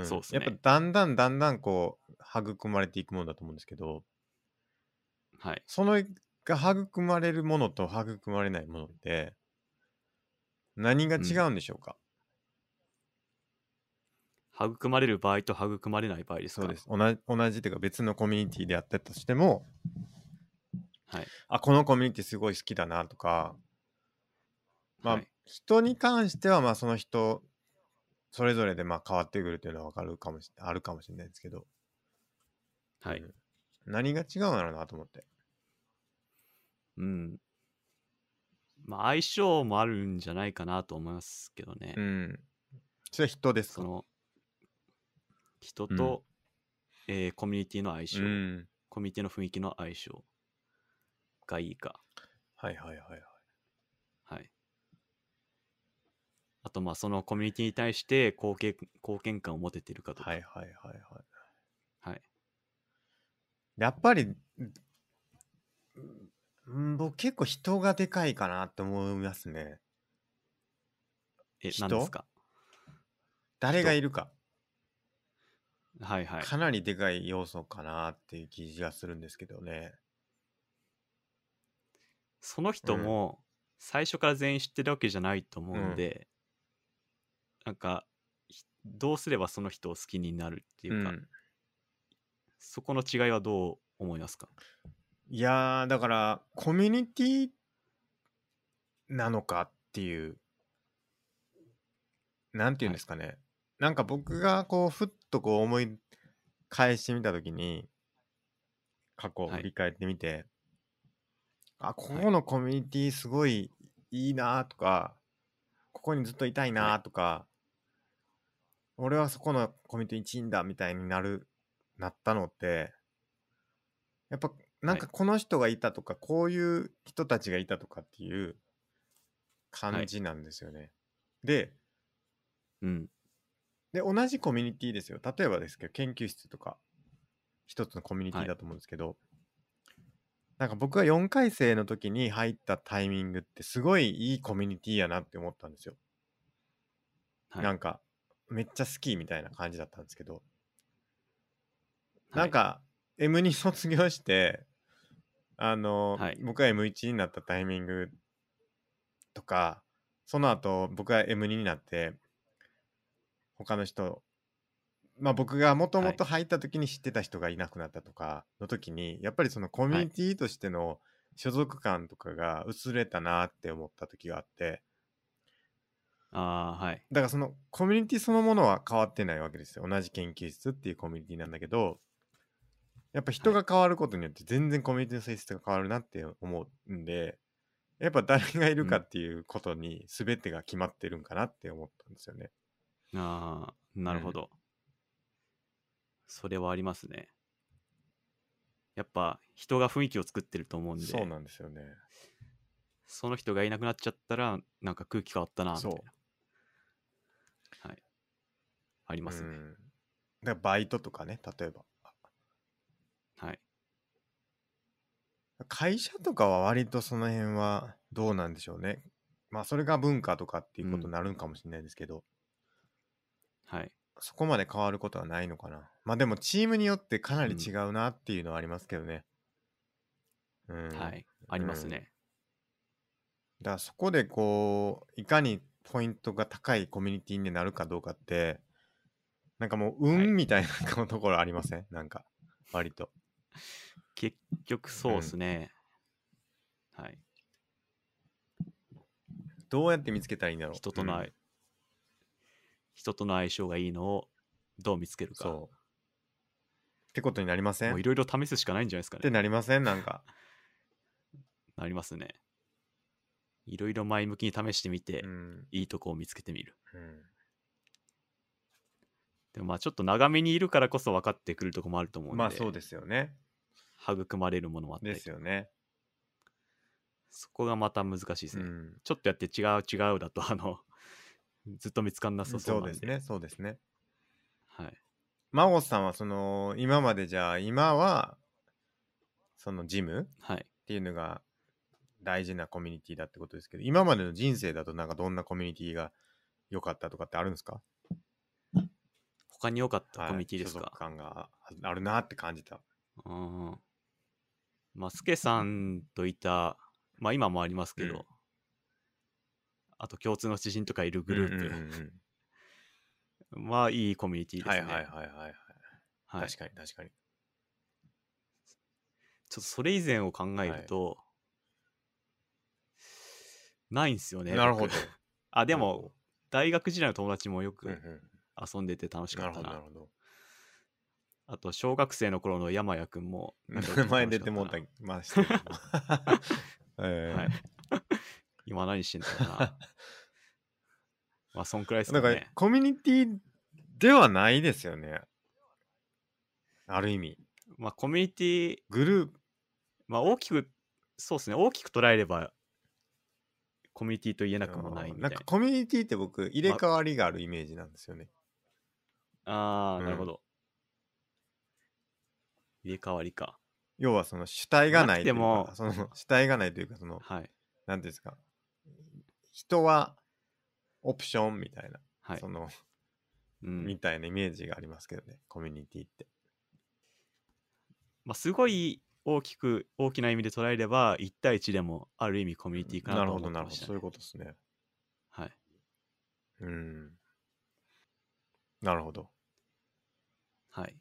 S1: ん
S2: そうっすね
S1: やっぱだんだんだんだんこう育まれていくものだと思うんですけど、
S2: はい。
S1: そのが育まれるものと育まれないものって何が違うんでしょうか、
S2: 育まれる場合と育まれない場合ですか
S1: そうです。同じ同じというか別のコミュニティであったとしても
S2: はい。
S1: あこのコミュニティすごい好きだなとか、まあ
S2: はい
S1: 人に関してはまあその人それぞれでまあ変わってくるというのは分かるかもしあるかもしれないですけど、
S2: はい
S1: うん何が違うんだろうなと思って。
S2: うん。まあ相性もあるんじゃないかなと思いますけどね。
S1: うん、それは人です
S2: そ
S1: か
S2: の人と、えーコミュニティの相性、
S1: うん、
S2: コミュニティの雰囲気の相性がいいか。
S1: はいはいはいはい。
S2: はい。あとまあそのコミュニティに対して貢献貢献感を持ててるかとか。
S1: はいはいはいはい。
S2: はい。
S1: やっぱり、うん、僕結構人がでかいかなって思いますね。
S2: え、
S1: 人
S2: 何ですか
S1: 誰がいるか、
S2: はいはい。
S1: かなりでかい要素かなっていう気がするんですけどね。
S2: その人も最初から全員知ってるわけじゃないと思うんで、なんかひどうすればその人を好きになるっていうか、
S1: うん
S2: そこの違いはどう思いますか
S1: いやー、だから、コミュニティなのかっていう、なんていうんですかね。なんか僕がこう、ふっとこう思い返してみたときに、過去を
S2: はい
S1: 振り返ってみて、あ、ここのコミュニティすごいいいなとか、ここにずっといたいなとか、俺はそこのコミュニティ一員だみたいになる、なったのって、やっぱなんか
S2: は
S1: この人がいたとか、こういう人たちがいたとかっていう感じなんですよね。で、
S2: うん。
S1: で同じコミュニティですよ例えばですけど研究室とか一つのコミュニテ
S2: は
S1: ィ
S2: い
S1: だと思うんですけど、なんか僕が4回生の時に入ったタイミングってすごいいいコミュニティやなって思ったんですよ、
S2: はい
S1: なんかめっちゃ好きみたいな感じだったんですけど、
S2: はい
S1: なん、か M2 卒業してあの、
S2: はい
S1: 僕が M1 になったタイミングとかその後僕が M2 になって他の人まあ僕がもともと入った時に知ってた人がいなくなったとかの時に、やっぱりそのコミュニティとしての所属感とかが薄れたなって思った時があって
S2: ああ、はい。
S1: だからそのコミュニティそのものは変わってないわけですよ同じ研究室っていうコミュニティなんだけどやっぱ人が変わることによって全然コミュニティの性質が変わるなって思うんでやっぱ誰がいるかっていうことに全てが決まってるんかなって思ったんですよね。
S2: ああ、なるほど。それはありますね。やっぱ人が雰囲気を作ってると思うんで、
S1: そうなんですよね。
S2: その人がいなくなっちゃったら、なんか空気変わったな、みたいな
S1: そう。
S2: はい。あります
S1: う
S2: ね。
S1: ん、だからバイトとかね例えば
S2: はい。
S1: 会社とかは割とその辺はどうなんでしょうね。まあそれが文化とかっていうことになるんかもしれないですけど、
S2: はい。
S1: そこまで変わることはないのかな。まあでもチームによってかなり違うなっていうのはありますけどね。うん。
S2: はい。ありますね。
S1: だからそこでこう、いかにポイントが高いコミュニティになるかどうかって、なんかもう
S2: はい
S1: 運みたいなところありません、なんか、割と。
S2: 結局そうですね。はい。
S1: どうやって見つけたらいいんだろう。
S2: 人との
S1: う
S2: 相、
S1: ん
S2: 人との相性がいいのをどう見つけるか。
S1: そう。ってことになりません
S2: もう
S1: っ
S2: いろいろ試すしかないんじゃないですかね
S1: て。なりませんなんか。
S2: なりますね。いろいろ前向きに試してみて、
S1: うん。
S2: いいとこを見つけてみる。
S1: うん
S2: でもまあちょっと長めにいるからこそ分かってくるとこもあると思うんで、
S1: まあそうですよね。
S2: 育まれるものもあって
S1: ですよね。
S2: そこがまた難しいです
S1: う
S2: ね。
S1: ん。
S2: ちょっとやって違う違うだと、あの、ずっと見つかんなさそう
S1: そ
S2: な
S1: うん
S2: で。
S1: ですね。そうですね。
S2: はい。
S1: マゴスさんはその今までじゃあ今はそのジムっ
S2: はい。
S1: ていうのが大事なコミュニティだってことですけど今までの人生だとなんかどんなコミュニティが良かったとかってあるんですか
S2: 他に良かったコミュニティです
S1: はい所属
S2: か。
S1: 感がああるなって感じた。
S2: うん。まあ、スケさんといた、まあ今もありますけど、
S1: うん
S2: あと共通の知人とかいるグループ、
S1: うんうんうん
S2: まあいいコミュニティです
S1: は
S2: ね。
S1: いはいはいはいはい。
S2: はい
S1: 確かに確かに。
S2: ちょっとそれ以前を考えると、ないんすよね。
S1: なるほど
S2: 僕。あ、で
S1: なるほ
S2: も、大学時代の友達もよ
S1: ど。うん
S2: く遊んでて楽し
S1: うん、な
S2: か
S1: る
S2: った
S1: ほ
S2: な。
S1: どなるほど。
S2: あと、小学生の頃の山谷くんも。
S1: 名 前出て もうた
S2: は
S1: ま したけど。えー
S2: い。 今何してんのかな。まあ、そんくらいです
S1: だ
S2: か
S1: から
S2: ね。
S1: コミュニティではないですよね。ある意味。
S2: まあ、コミュニティ、
S1: グループ。
S2: まあ、大きく、そうですね、大きく捉えれば、コミュニティと言えなくもない
S1: うん
S2: み
S1: な
S2: た
S1: いん
S2: な
S1: か。コミュニティって僕入れ替わりがあるイメージなんですよね。
S2: ああ、
S1: うん
S2: なるほど。入れ替わりか。
S1: 要はその主体がないというか
S2: なくても
S1: その主体がないというかその
S2: はい。
S1: 何ていうんですか人はオプションみたいな、
S2: はい
S1: そ。の
S2: うん
S1: みたいなイメージがありますけどねコミュニティって。
S2: まあ、すごい大きく大きな意味で捉えれば1対1でもある意味コミュニティか
S1: な
S2: な
S1: る
S2: と
S1: ほ
S2: 思
S1: ど
S2: っ
S1: な
S2: て
S1: る
S2: ま
S1: ほど
S2: した、
S1: そう
S2: ね
S1: いうことですね。
S2: はい、
S1: うん。なるほど。
S2: はい、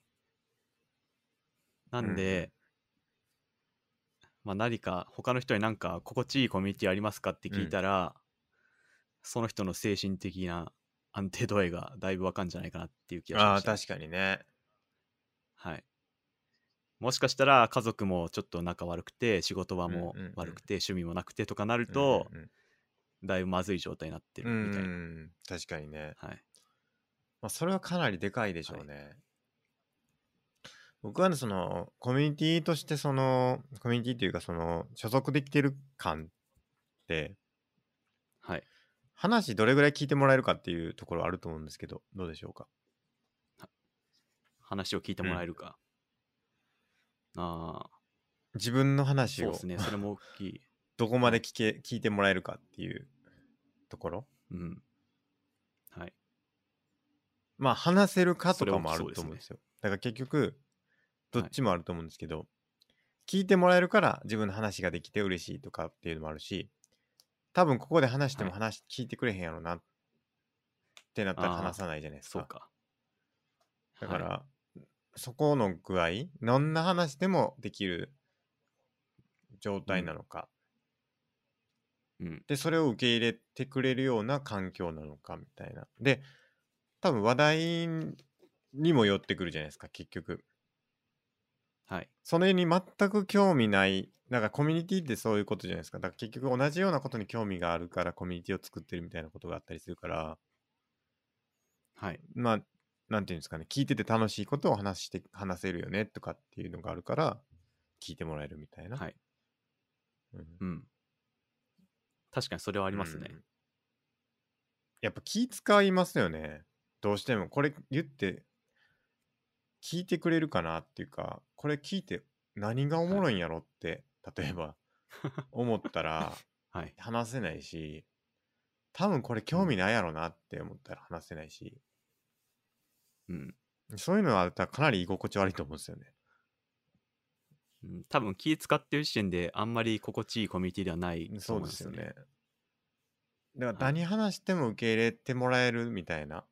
S2: なんで、まあ、何か他の人に何か心地いいコミュニティありますかって聞いたら、その人の精神的な安定度合いがだいぶわかんじゃないかなっていう気がし
S1: あ
S2: ま
S1: あ
S2: した
S1: 確かにね。
S2: はい。もしかしたら家族もちょっと仲悪くて仕事場も
S1: うんうんうん
S2: 悪くて趣味もなくてとかなると
S1: うん
S2: だいぶまずい状態になって
S1: う
S2: る
S1: んうん、
S2: みたいな。
S1: うん確かにね。
S2: はい。
S1: まあ、それはかなりでかいでしょうね。僕はね、その、コミュニティとして、その、コミュニティというか、その、所属できてる感って、
S2: はい。
S1: 話どれぐらい聞いてもらえるかっていうところあると思うんですけど、どうでしょうか。
S2: 話を聞いてもらえるか。ああ、
S1: 自分の話
S2: そう
S1: を
S2: ですね。それも大きい。
S1: どこまで聞け、聞いてもらえるかっていうところ。
S2: うん。はい。
S1: まあ、話せるかとかもあ
S2: それ大きそう
S1: る
S2: です
S1: と
S2: ね
S1: 思うんですよ。だから結局、どっちもあると思うんですけど、聞いてもらえるから自分の話ができて嬉しいとかっていうのもあるし、多分ここで話しても
S2: は
S1: 話、聞いてくれへんやろなってなったら
S2: あー
S1: 話さないじゃないです
S2: そ
S1: か。
S2: うか。
S1: だから、
S2: はい
S1: そこの具合、どんな話でもできる状態なのか、
S2: うん。
S1: でそれを受け入れてくれるような環境なのかみたいなで多分話題にも寄ってくるじゃないですか結局
S2: はい。
S1: それに全く興味ないなんかコミュニティってそういうことじゃないですかだから結局同じようなことに興味があるからコミュニティを作ってるみたいなことがあったりするから
S2: はい。
S1: まあなんていうんですかね聞いてて楽しいことを話して話せるよねとかっていうのがあるから聞いてもらえるみたいな、
S2: はい。
S1: うん
S2: うん。確かにそれはありますね。
S1: うんやっぱ気使いますよね。どうしてもこれ言って聞いてくれるかなっていうか、これ聞いて何がおもろいんやろって、例えば思ったら
S2: はい。
S1: 話せないし、多分これ興味ないやろなって思ったら話せないし、
S2: うん。
S1: そういうのはかなり居心地悪いと思うんですよね。
S2: うん多分気使ってる時点であんまり心地いいコミュニティではないと
S1: そう
S2: 思い
S1: で
S2: ますす
S1: よ
S2: よね。
S1: ね。だから
S2: はい
S1: 何話しても受け入れてもらえるみたいな。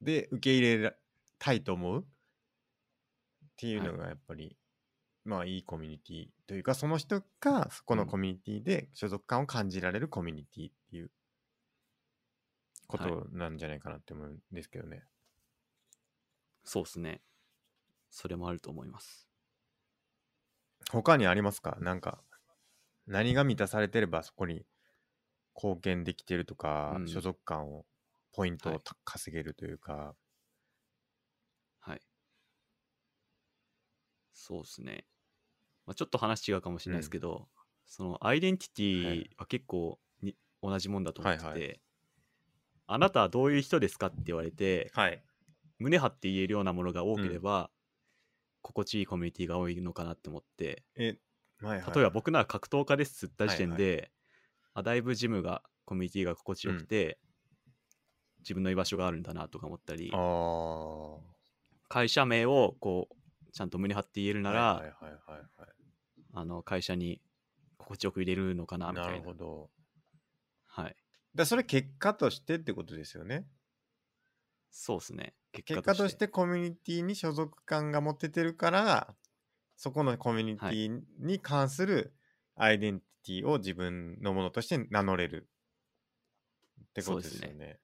S1: で、受け入れたいと思うっていうのがやっぱり、まあいいコミュニティというか、その人がそこのコミュニティで所属感を感じられるコミュニティっていうこ
S2: はい
S1: となんじゃないかなって思うんですけどね。
S2: そうですね。それもあると思います。
S1: 他にありますかなんか、何が満たされてればそこに貢献できてるとか、
S2: うん
S1: 所属感を、ポイントを
S2: はい
S1: た稼げるというか、
S2: はい。そうですね。まあ、ちょっと話違うかもしれないですけど、そのアイデンティティは結構に、同じもんだと思ってて、
S1: はいは
S2: あなたはどういう人ですかって言われて、
S1: はい。
S2: 胸張って言えるようなものが多ければ、心地いいコミュニティが多いのかなって思って、
S1: え、はいはい、
S2: 例えば僕なら格闘家ですって言った時点で、
S1: は
S2: あだいぶジムがコミュニティが心地よくて、自分の居場所があるんだなとか思ったり
S1: ああ。
S2: 会社名をこうちゃんと胸張って言えるなら、
S1: はいはいはいはい
S2: あの会社に心地よく入れるのかな
S1: はい。
S2: みたい
S1: な
S2: な
S1: るほど。
S2: はい、
S1: だそれ結果としてってことですよね。
S2: そうですね結
S1: 結
S2: 果
S1: 果としてコミュニティに所属感が持ててるから、そこのコミュニティに関するアイデンティティを自分のものとして名乗れるってことです
S2: そう
S1: よ
S2: です
S1: ね。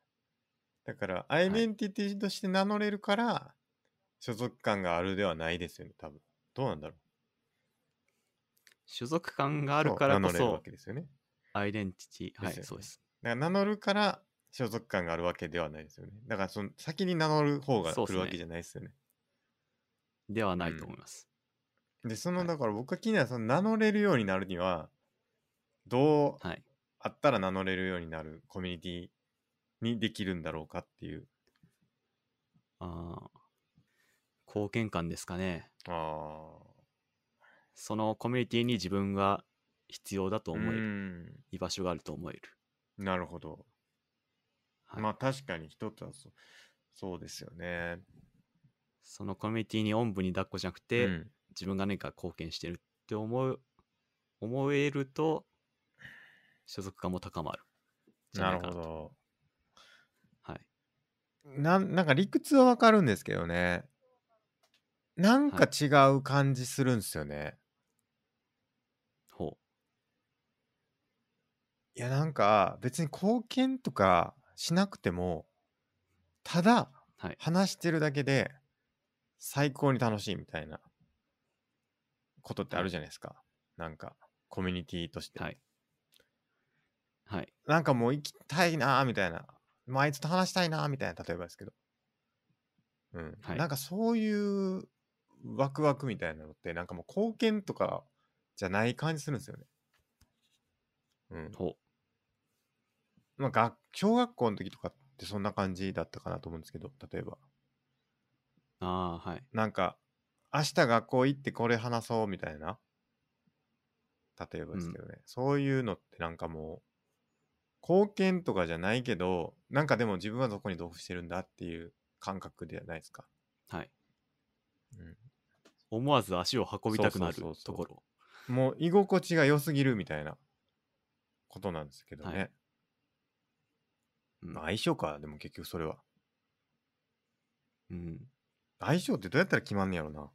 S1: だから、アイデンティティとして名乗れるから、所属感があるではないですよね、多分。どうなんだろう。
S2: 所属感があるから
S1: そう名
S2: こ
S1: 乗れるわ
S2: そ
S1: けですよね。
S2: アイデンティティはい、
S1: ですよね
S2: そうです
S1: だから名乗るから所属感があるわけではないですよね。だからその先に名乗る方が
S2: そうっ
S1: 来
S2: す
S1: る
S2: ね
S1: わけじゃないですよね。
S2: ではないと思います、
S1: で、その、
S2: はい
S1: だから僕が気になるのはその名乗れるようになるには、どう
S2: はい
S1: あったら名乗れるようになるコミュニティにできるんだろうかっていう。
S2: あー貢献感ですかね
S1: ああ。
S2: そのコミュニティに自分が必要だと思え
S1: うー
S2: る
S1: ん
S2: 居場所があると思える、
S1: なるほど。
S2: はい
S1: まあ確かに一つはそそうですよね。
S2: そのコミュニティにおんぶに抱っこじゃなくて、
S1: うん
S2: 自分が何か貢献してるって思う思えると所属感も高まるじ
S1: な
S2: ゃ
S1: いる
S2: か
S1: ほ
S2: と
S1: ど。
S2: はい
S1: なんなんか理屈はわかるんですけどねなんか違う感じするんですよね、い、
S2: ほ
S1: やなんか別に貢献とかしなくてもただ
S2: うはい
S1: 話してるだけで最高に楽しいみたいなことってあるじゃないですか。なんか、コミュニティとして。
S2: はい。はい。
S1: なんかもう行きたいなーみたいな。もうあいつと話したいなーみたいな、例えばですけど。うん。
S2: はい
S1: なんかそういうワクワクみたいなのって、なんかもう貢献とかじゃない感じするんですよね。うん。
S2: ほ
S1: まあ、学小学校の時とかってそんな感じだったかなと思うんですけど、例えば。
S2: う。ああ、はい。
S1: なんか、明日学校行ってこれ話そうみたいな。例えばですけどね。そういうのってなんかもう、貢献とかじゃないけど、なんかでも自分はどこに同封してるんだっていう感覚ではないですか。
S2: はい。
S1: うん
S2: 思わず足を運びたくなる
S1: そうそうそうそ
S2: と
S1: う
S2: ころ。
S1: もう居心地が良すぎるみたいなことなんですけどね。
S2: はいうん
S1: まあ相性か、でも結局それは。
S2: うん。
S1: 相性ってどうやったら決まんねやろな。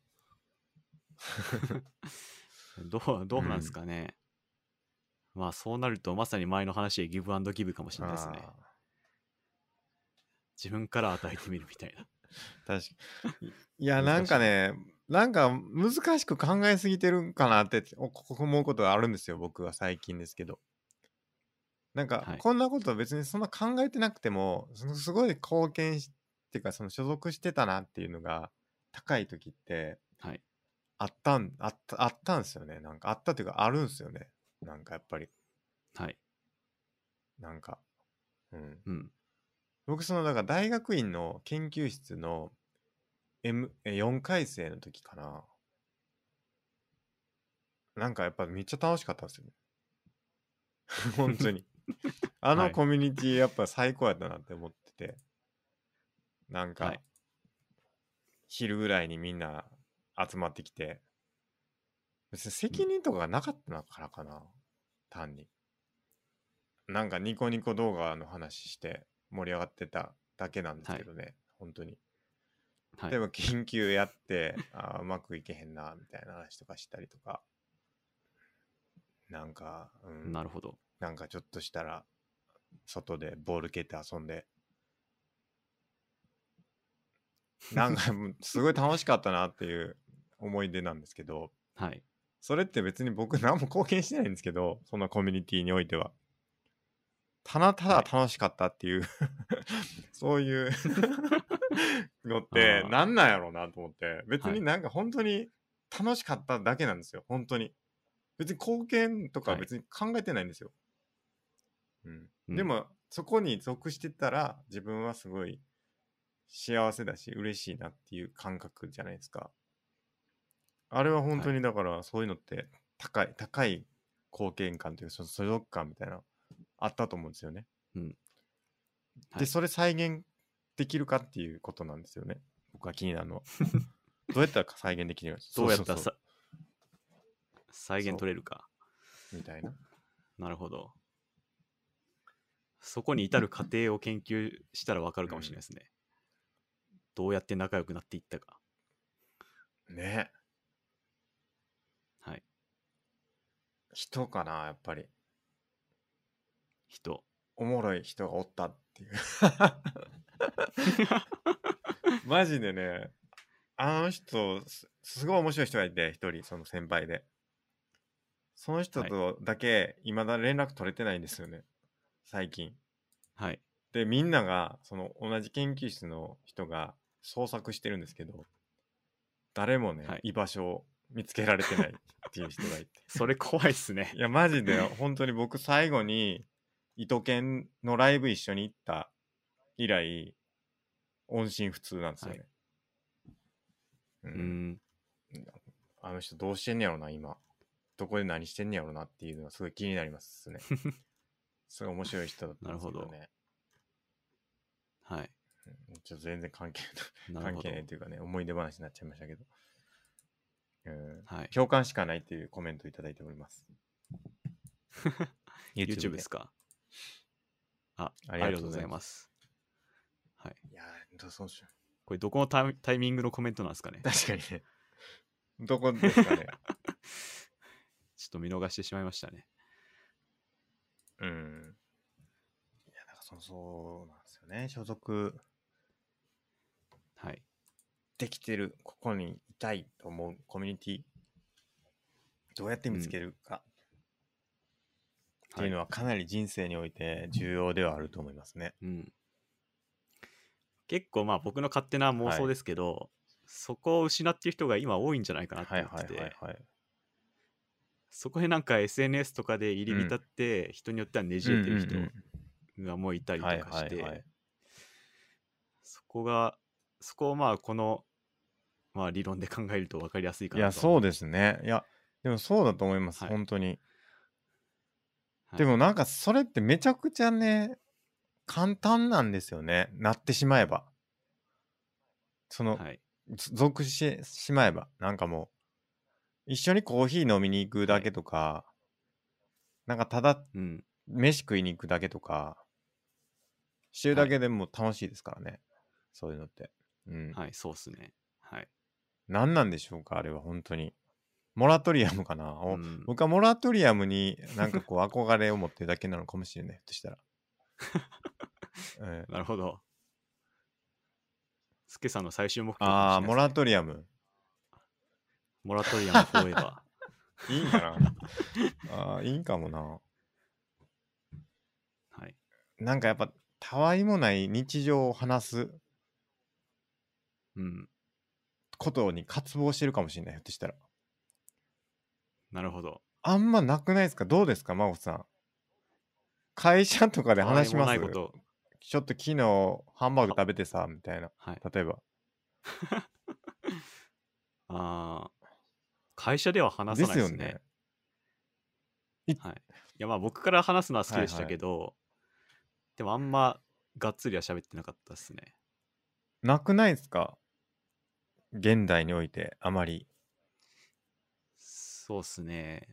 S2: どう、どうなんですかね。まあそうなるとまさに前の話でギブアンドギブかもしれないですね。
S1: あー
S2: 自分から与えてみるみたいな。
S1: 確かに。いや、な
S2: 難
S1: ん
S2: しい
S1: かね、なんか難しく考えすぎてるんかなっておここ思うことがあるんですよ、僕は最近ですけど。なん
S2: は
S1: か
S2: い、
S1: こんなこと別にそんな考えてなくても、そのすごい貢献し、っていうか、その所属してたなっていうのが高い時って、
S2: はい。
S1: あったん、あった、あったんですよね。なんかあったというか、あるんですよね。なんかやっぱり、
S2: はい。
S1: なんか。うん。
S2: うん。
S1: 僕、その、だから大学院の研究室の M、4回生の時かな。なんかやっぱめっちゃ楽しかったんですよね。 本当 に。あ
S2: は
S1: の
S2: い
S1: コミュニティやっぱ最高やったなって思ってて。なん
S2: は
S1: か
S2: い、
S1: 昼ぐらいにみんな集まってきて、別に責任とかがなかったからかな、単に。なんかニコニコ動画の話して盛り上がってただけなんですけどね、本当に。
S2: はい
S1: で。も緊急やって、 あーうまくいけへんな、みたいな話とかしたりとか。なんか、うん、
S2: なるほど。
S1: なんかちょっとしたら、外でボール蹴って遊んで。なん か、もうすごい楽しかったなっていう思い出なんですけど、
S2: はい。
S1: それって別に僕 何も貢献してないんですけど、そのコミュニティにおいては。ただただ楽しかったっていう、 そう いう のって
S2: あー
S1: 何なんやろうなと思って、別
S2: は
S1: に
S2: い
S1: なんか本当に楽しかっただけなんですよ、本当に。別に貢献とか
S2: はい
S1: 別に考えてないんですよ。
S2: う
S1: うんん、でも、そこに属してたら自分はすごい幸せだし嬉しいなっていう感覚じゃないですか。あれは本当にだからそういうのって高い、高い貢献感というかその所属感みたいなのあったと思うんですよね。
S2: うんは
S1: で、
S2: い
S1: それ再現できるかっていうことなんですよね。僕が気になるのは。どうやったら再現できるか。
S2: どうやったら
S1: そそ
S2: さ再現取れるか。
S1: そうみたいな。
S2: なるほど。そこに至る過程を研究したらわかるかもしれないですね。どうやって仲良くなっていったか。
S1: ね
S2: はい。
S1: 人かな、やっぱり。
S2: 人。
S1: おもろい人がおった っていうマジでねあの人すすごい面白い人がいて一人その先輩でその人とだけいまだ連絡取れてないんですよね最近
S2: はい。
S1: でみんながその同じ研究室の人が捜索してるんですけど誰もね、
S2: はい
S1: 居場所を見つけられてないっていう人がいて
S2: それ怖いっすね
S1: い。や、マジで、本当に僕、最後に、糸犬のライブ一緒に行った以来、音信不通なんですよね。
S2: う
S1: うん。
S2: ん。
S1: あの人、どうしてんねやろな、今。どこで何してんねやろなっていうのがすごい気になります ね。すごい面白い人だったんですけど
S2: な
S1: ね。
S2: はい。
S1: うんちょっと全然関係
S2: な
S1: ない、
S2: る
S1: 関
S2: ほど
S1: 係。ないというかね、思い出話になっちゃいましたけど。うん。
S2: はい。
S1: 共感しかないっていうコメントいただいております。
S2: YouTube ですかあ、あ
S1: あ
S2: り
S1: り
S2: が
S1: がと
S2: とう
S1: う
S2: ご
S1: ご
S2: ざ
S1: ざ
S2: い
S1: い
S2: ま。
S1: ます
S2: はい。
S1: いやー、どうそうしよう。
S2: これ、どこのタイタイミングのコメントなんですかねちょ
S1: 確かにね。どこです かね。
S2: っと見逃してしまいましたね。
S1: うん。いや、なんかそのそうなんですよね。所属
S2: はい。
S1: ってきてる、ここにいたいと思うコミュニティ、どうやって見つけるかっていうのはかなり人生において重要ではあると思いますね。
S2: うん、結構まあ僕の勝手な妄想ですけど、そこを失ってる人が今多いんじゃないかなって
S1: はい
S2: 思っ
S1: は
S2: て
S1: い
S2: て、
S1: はいはい。
S2: そこへなんか SNS とかで入り浸って、人によってはねじれてる人
S1: うんうん
S2: がもういたりと
S1: はい
S2: かして、
S1: はいはい
S2: そこがそこをまあこの、まあ、理論で考えると分かりやすいか
S1: い
S2: なと
S1: や、そうですね。いや、でもそうだと思います、
S2: はい
S1: 本当に。
S2: はい
S1: でもなんかそれってめちゃくちゃね、簡単なんですよね。なってしまえば。その、
S2: はい
S1: ず属してしまえば。なんかもう、一緒にコーヒー飲みに行くだけとか、なんかただ
S2: うん、
S1: 飯食いに行くだけとか、してるだけでも楽しいですからね。そういうのって。うん。
S2: はいそうっすねはい、
S1: 何なんでしょうかあれは本当に。モラトリアムかな、お
S2: うん
S1: 僕はモラトリアム になんかこう憧れを持ってるだけなのかもしれない。ひょっとしたら。ええ
S2: なるほどスケさんの最終目標
S1: ああ、
S2: かも
S1: モ
S2: しれ
S1: ラ
S2: ないですね
S1: トリアム。
S2: モラトリアムフォー エバ
S1: いいんか なああ、いいんかもな。
S2: ーはい
S1: なんかやっぱ、たわいもない日常を話す
S2: うん
S1: ことに渇望してるかもしれない。ひょっとしたら。
S2: なるほど
S1: あんまなくないですかどうですか真帆さん。会社とかで話しま
S2: たわ
S1: す
S2: いもないこと
S1: ちょっと昨日ハンバーグ食べてさ、みたいな。
S2: はい
S1: 例えば。
S2: あー会社では話
S1: で
S2: さない
S1: す
S2: で
S1: よ
S2: すね
S1: ね。
S2: はい、いやまあ僕から話すのは好きでしたけど、でもあんまがっつりは喋ってなかったですね
S1: なくないですか現代においてあまり。
S2: そうっすね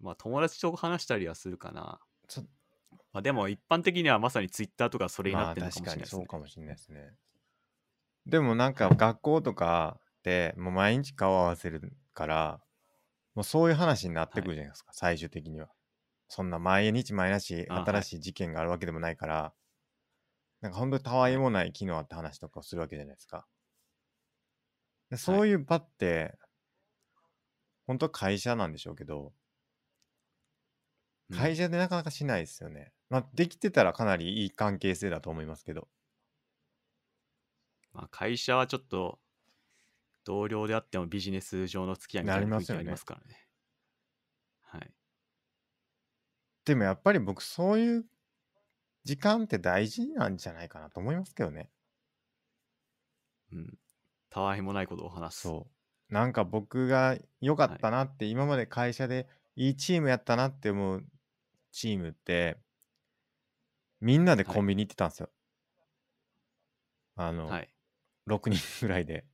S2: まあ友達と話したりはするかな
S1: そ
S2: まあでも一般的にはまさにツイッターとかそれになってるのか
S1: 確
S2: もし
S1: か
S2: れない
S1: に
S2: です
S1: そ
S2: ね
S1: う、かもしれないですね。でもなんか学校とかでもう毎日顔合わせるから、もうそういう話になってくるじゃないですか、最終的には。そんな毎日毎日
S2: あはい
S1: 新しい事件があるわけでもないから、なんか本当にたわいもない機能あった話とかをするわけじゃないですか。でそういう場って、本当は会社なんでしょうけど、
S2: うん
S1: 会社でなかなかしないですよね。まあ、できてたらかなりいい関係性だと思いますけど。
S2: まあ、会社はちょっと同僚であってもビジネス上の付き合いみたいな雰囲気あ
S1: なり
S2: り
S1: ま
S2: ますすからねはい
S1: でもやっぱり僕、そういう時間って大事なんじゃないかなと思いますけどね。
S2: うんたわいもないことを話す
S1: そう。なんか僕が良かったなって、今まで会社でいいチームやったなって思うチームって、みんなでコンビニ行ってたんですよ。あの、
S2: はい
S1: 6人ぐらいで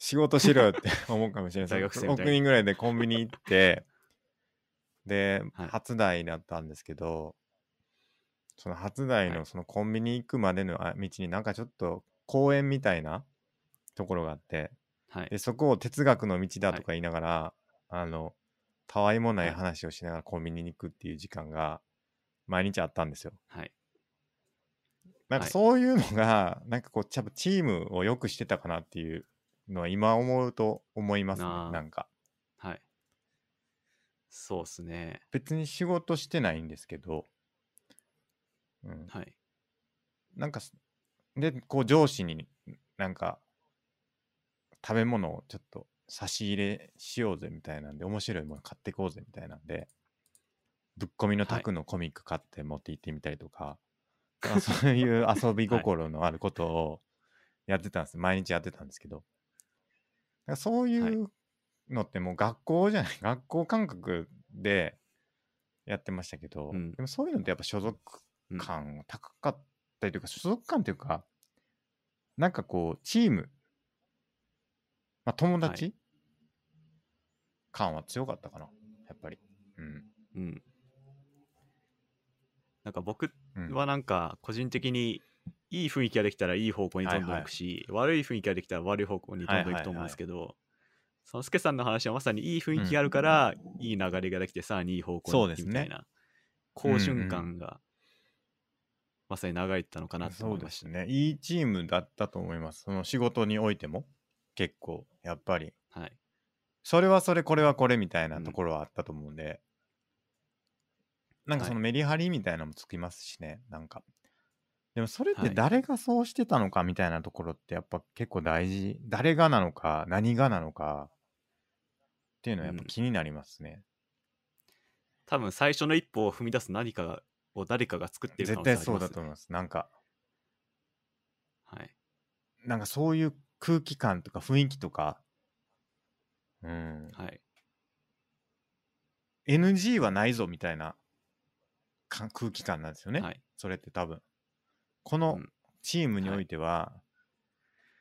S1: 仕事しろよって 思うかもしれない
S2: 大
S1: で
S2: 学
S1: す
S2: 生みたい
S1: 6人ぐらいでコンビニ行ってで、
S2: はい
S1: 初台だったんですけどその初台
S2: は
S1: の
S2: い
S1: そのコンビニ行くまでのあ道になんかちょっと公園みたいなところがあって
S2: はい
S1: でそこを哲学の道だとか言いながら、あのたわいもない話をしながらコンビニに行くっていう時間が毎日あったんですよ。
S2: はい
S1: なんか
S2: はい
S1: そういうのが、なんかこう、ちゃぶチームを良くしてたかなっていうのは今思うと思いますね。
S2: なあ
S1: なんか。
S2: はいそうっすね
S1: 別に仕事してないんですけど、うん、
S2: はい
S1: なんかす、で、こう上司になんか、食べ物をちょっと差し入れしようぜみたいなんで、面白いもの買ってこうぜみたいなんで、ぶっ込みのタクのコミック買って持って行ってみたりとか、まあそういう遊び心のあることをやってたんです。毎日やってたんですけど、だからそういうのってもう学校じゃない、学校感覚でやってましたけど、
S2: うん
S1: でもそういうのってやっぱ所属
S2: うん
S1: 感高かったりというか、所属感というか、なんかこう、チーム、まあ、友達、
S2: は
S1: 感は強かったかな、やっぱり。うん。
S2: うんなんか僕
S1: うん、
S2: はなんか個人的にいい雰囲気ができたらいい方向にどんどん行くし、悪い雰囲気ができたら悪い方向にどんどん行くと思うんですけど、そのすけさんの話はまさにいい雰囲気があるから、いい流れができてさらにいい方向に行くみたいな、好循環が、まさに流れてたのかなと
S1: そ
S2: 思
S1: う
S2: いま
S1: で
S2: し
S1: す
S2: た、
S1: ね。いいチームだったと思います。その仕事においても。結構やっぱり
S2: はい。
S1: それはそれこれはこれみたいなところはあったと思うんで、なんかそのメリハリみたいなのもつきますしねなんかでもそれっ
S2: は
S1: て
S2: い
S1: 誰がそうしてたのかみたいなところってやっぱ結構大事誰がなのか何がなのかっていうのはやっぱ気になりますね、
S2: 多分最初の一歩を踏み出す何かを誰かが作ってる可
S1: 絶対
S2: 能性あり
S1: そ
S2: ます
S1: うだと思いますなんか
S2: はい。
S1: なんかそういう空気感とか雰囲気とかうん
S2: はい。
S1: NG はないぞみたいなか空気感なんですよね、
S2: はい。
S1: それって多分こ
S2: う
S1: の
S2: ん
S1: チームにおいては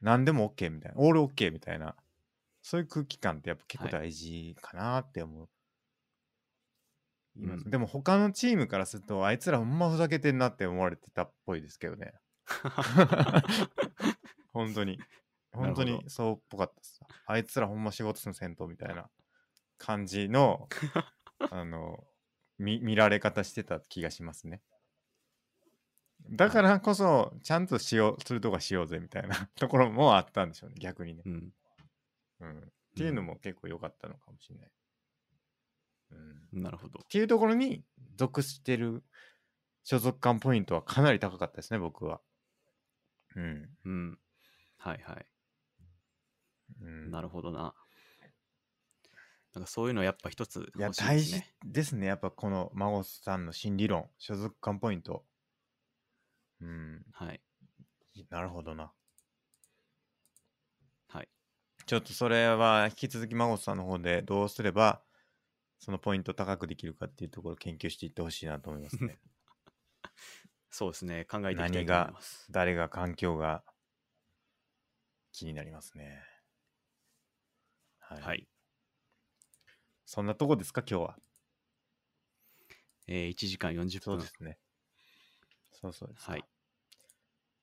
S1: 何でも OK みたいな、オール OK みたいなそういう空気感ってやっぱ結構
S2: は
S1: 大事かなって思う、
S2: う ん
S1: でも他のチームからするとあいつらほんまふざけてんなって思われてたっぽいですけどね本当 に
S2: なる
S1: 本
S2: ほど
S1: 当にそうっぽかったですあいつらほんま仕事すんの戦闘みたいな感じの あの見見られ方してた気がしますねだからこそちゃんとしようするとかしようぜみたいな ところもあったんでしょうね逆にね、
S2: うん。
S1: うん、っていうのも結構良かったのかもしれない、うん、っ
S2: なるほど。
S1: ていうところに属してる所属感ポイントはかなり高かったですね僕はうん、
S2: うん。はいはい。
S1: うん、
S2: なるほどな。なんかそういうのやっぱ一つ
S1: いや
S2: 欲しいで
S1: 大
S2: す
S1: 事
S2: ね。
S1: ですねやっぱこの孫さんの新理論所属感ポイントうん
S2: はい。
S1: なるほどな
S2: はい。
S1: ちょっとそれは引き続き孫さんの方でどうすればそのポイント高くできるかっていうところを研究していってほしいなと思いますね
S2: そうですね。考えていきたいと思いま す。
S1: 誰が環境が気になりますねはい、
S2: はい。
S1: そんなとこですか今日は
S2: えー、1時間40
S1: そう
S2: 分
S1: で。すねそうそうですか
S2: はい。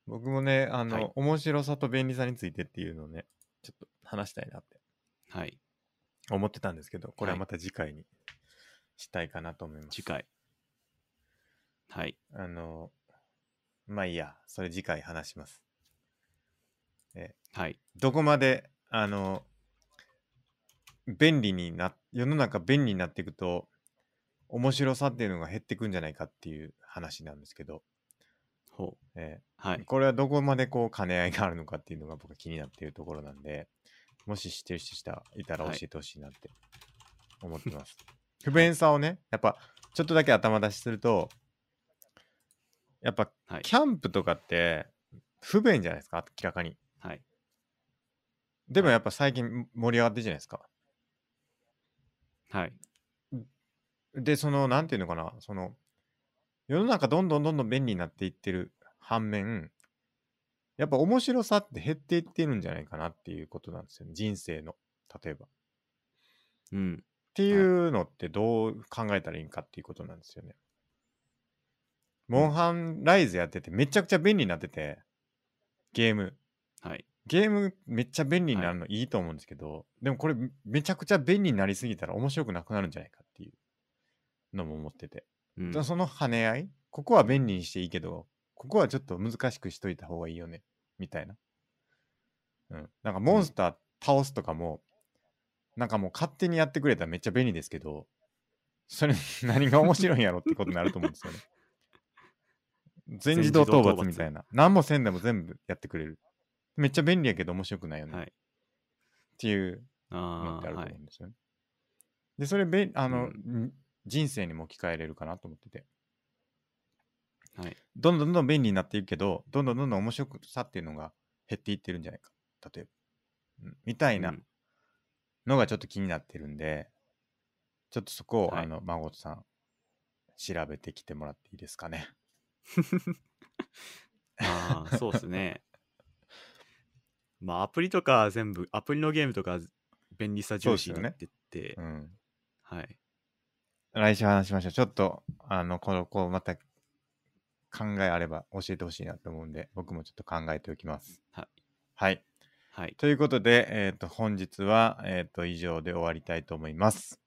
S1: 僕もねあの、
S2: はい
S1: 面白さと便利さについてっていうのをねちょっと話したいなって
S2: はい。
S1: 思ってたんですけどこれは
S2: はい
S1: また次回にしたいかなと思います、
S2: 次回。はい。
S1: あのまあいいやそれ次回話します
S2: はい。
S1: どこまであの便利にな世の中便利になっていくと面白さっていうのが減っていくんじゃないかっていう話なんですけど、
S2: ほう。
S1: え
S2: は
S1: ー
S2: い。
S1: これはどこまでこう兼ね合いがあるのかっていうのが僕は気になっているところなんでもし知ってる人したいたら教
S2: はい
S1: えてほしいなって思って ます、不便さをねやっぱちょっとだけ頭出しするとやっぱ
S2: はい
S1: キ。ャンプとかって不便じゃないですか明らかに
S2: はい。
S1: でもやっぱ最近盛り上がってるじゃないですか
S2: はい。
S1: でそのなんていうのかなその世の中どんどんどんどん便利になっていってる反面やっぱ面白さって減っていってるんじゃないかなっていうことなんですよね人生の例えばっ
S2: うん。
S1: ていうのってどう考えたらいいんかっていうことなんですよね、モンハンライズやっててめちゃくちゃ便利になっててゲーム
S2: はい。
S1: ゲームめっちゃ便利になるのいいと思うんですけど、でもこれめめちゃくちゃ便利になりすぎたら面白くなくなるんじゃないかっていうのも思ってて、
S2: うん
S1: だからその跳ね合いここは便利にしていいけどここはちょっと難しくしといた方がいいよねみたいなうんなんかモンスター倒すとかも、なんかもう勝手にやってくれたらめっちゃ便利ですけどそれ 何が面白いんやろってことになると思うん ですよね全自動討伐みたいな何もせんでも全部やってくれるめっちゃ便利やけど面白くないよね、
S2: は
S1: っ
S2: い。
S1: ていうの
S2: あ
S1: ってあ
S2: あ、
S1: ると
S2: は
S1: 思う
S2: い。
S1: んですよね。で、それべ、あの、
S2: うん
S1: 人生にも置き換えれるかなと思ってて、
S2: はい。
S1: どんどんどんどん便利になっていくけど、どんどんどんどん面白さっていうのが減っていってるんじゃないか、例えば。うんみたいな
S2: うん
S1: のがちょっと気になってるんで、ちょっとそこを、
S2: はい
S1: あの、孫さん、調べてきてもらっていいですかね。
S2: ああ、そうですね。まあ、アプリとか全部、アプリのゲームとか便利さ重視になってって、
S1: うん。
S2: はい。
S1: 来週話しましょう。ちょっと、あの、この子、また、考えあれば教えてほしいなと思うんで、僕もちょっと考えておきます。
S2: はい。
S1: はい。
S2: はい。
S1: ということで、えー、と本日は、えー、と以上で終わりたいと思います、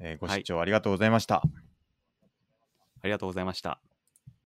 S1: えーご視聴ありがとうございました、
S2: ありがとうございました。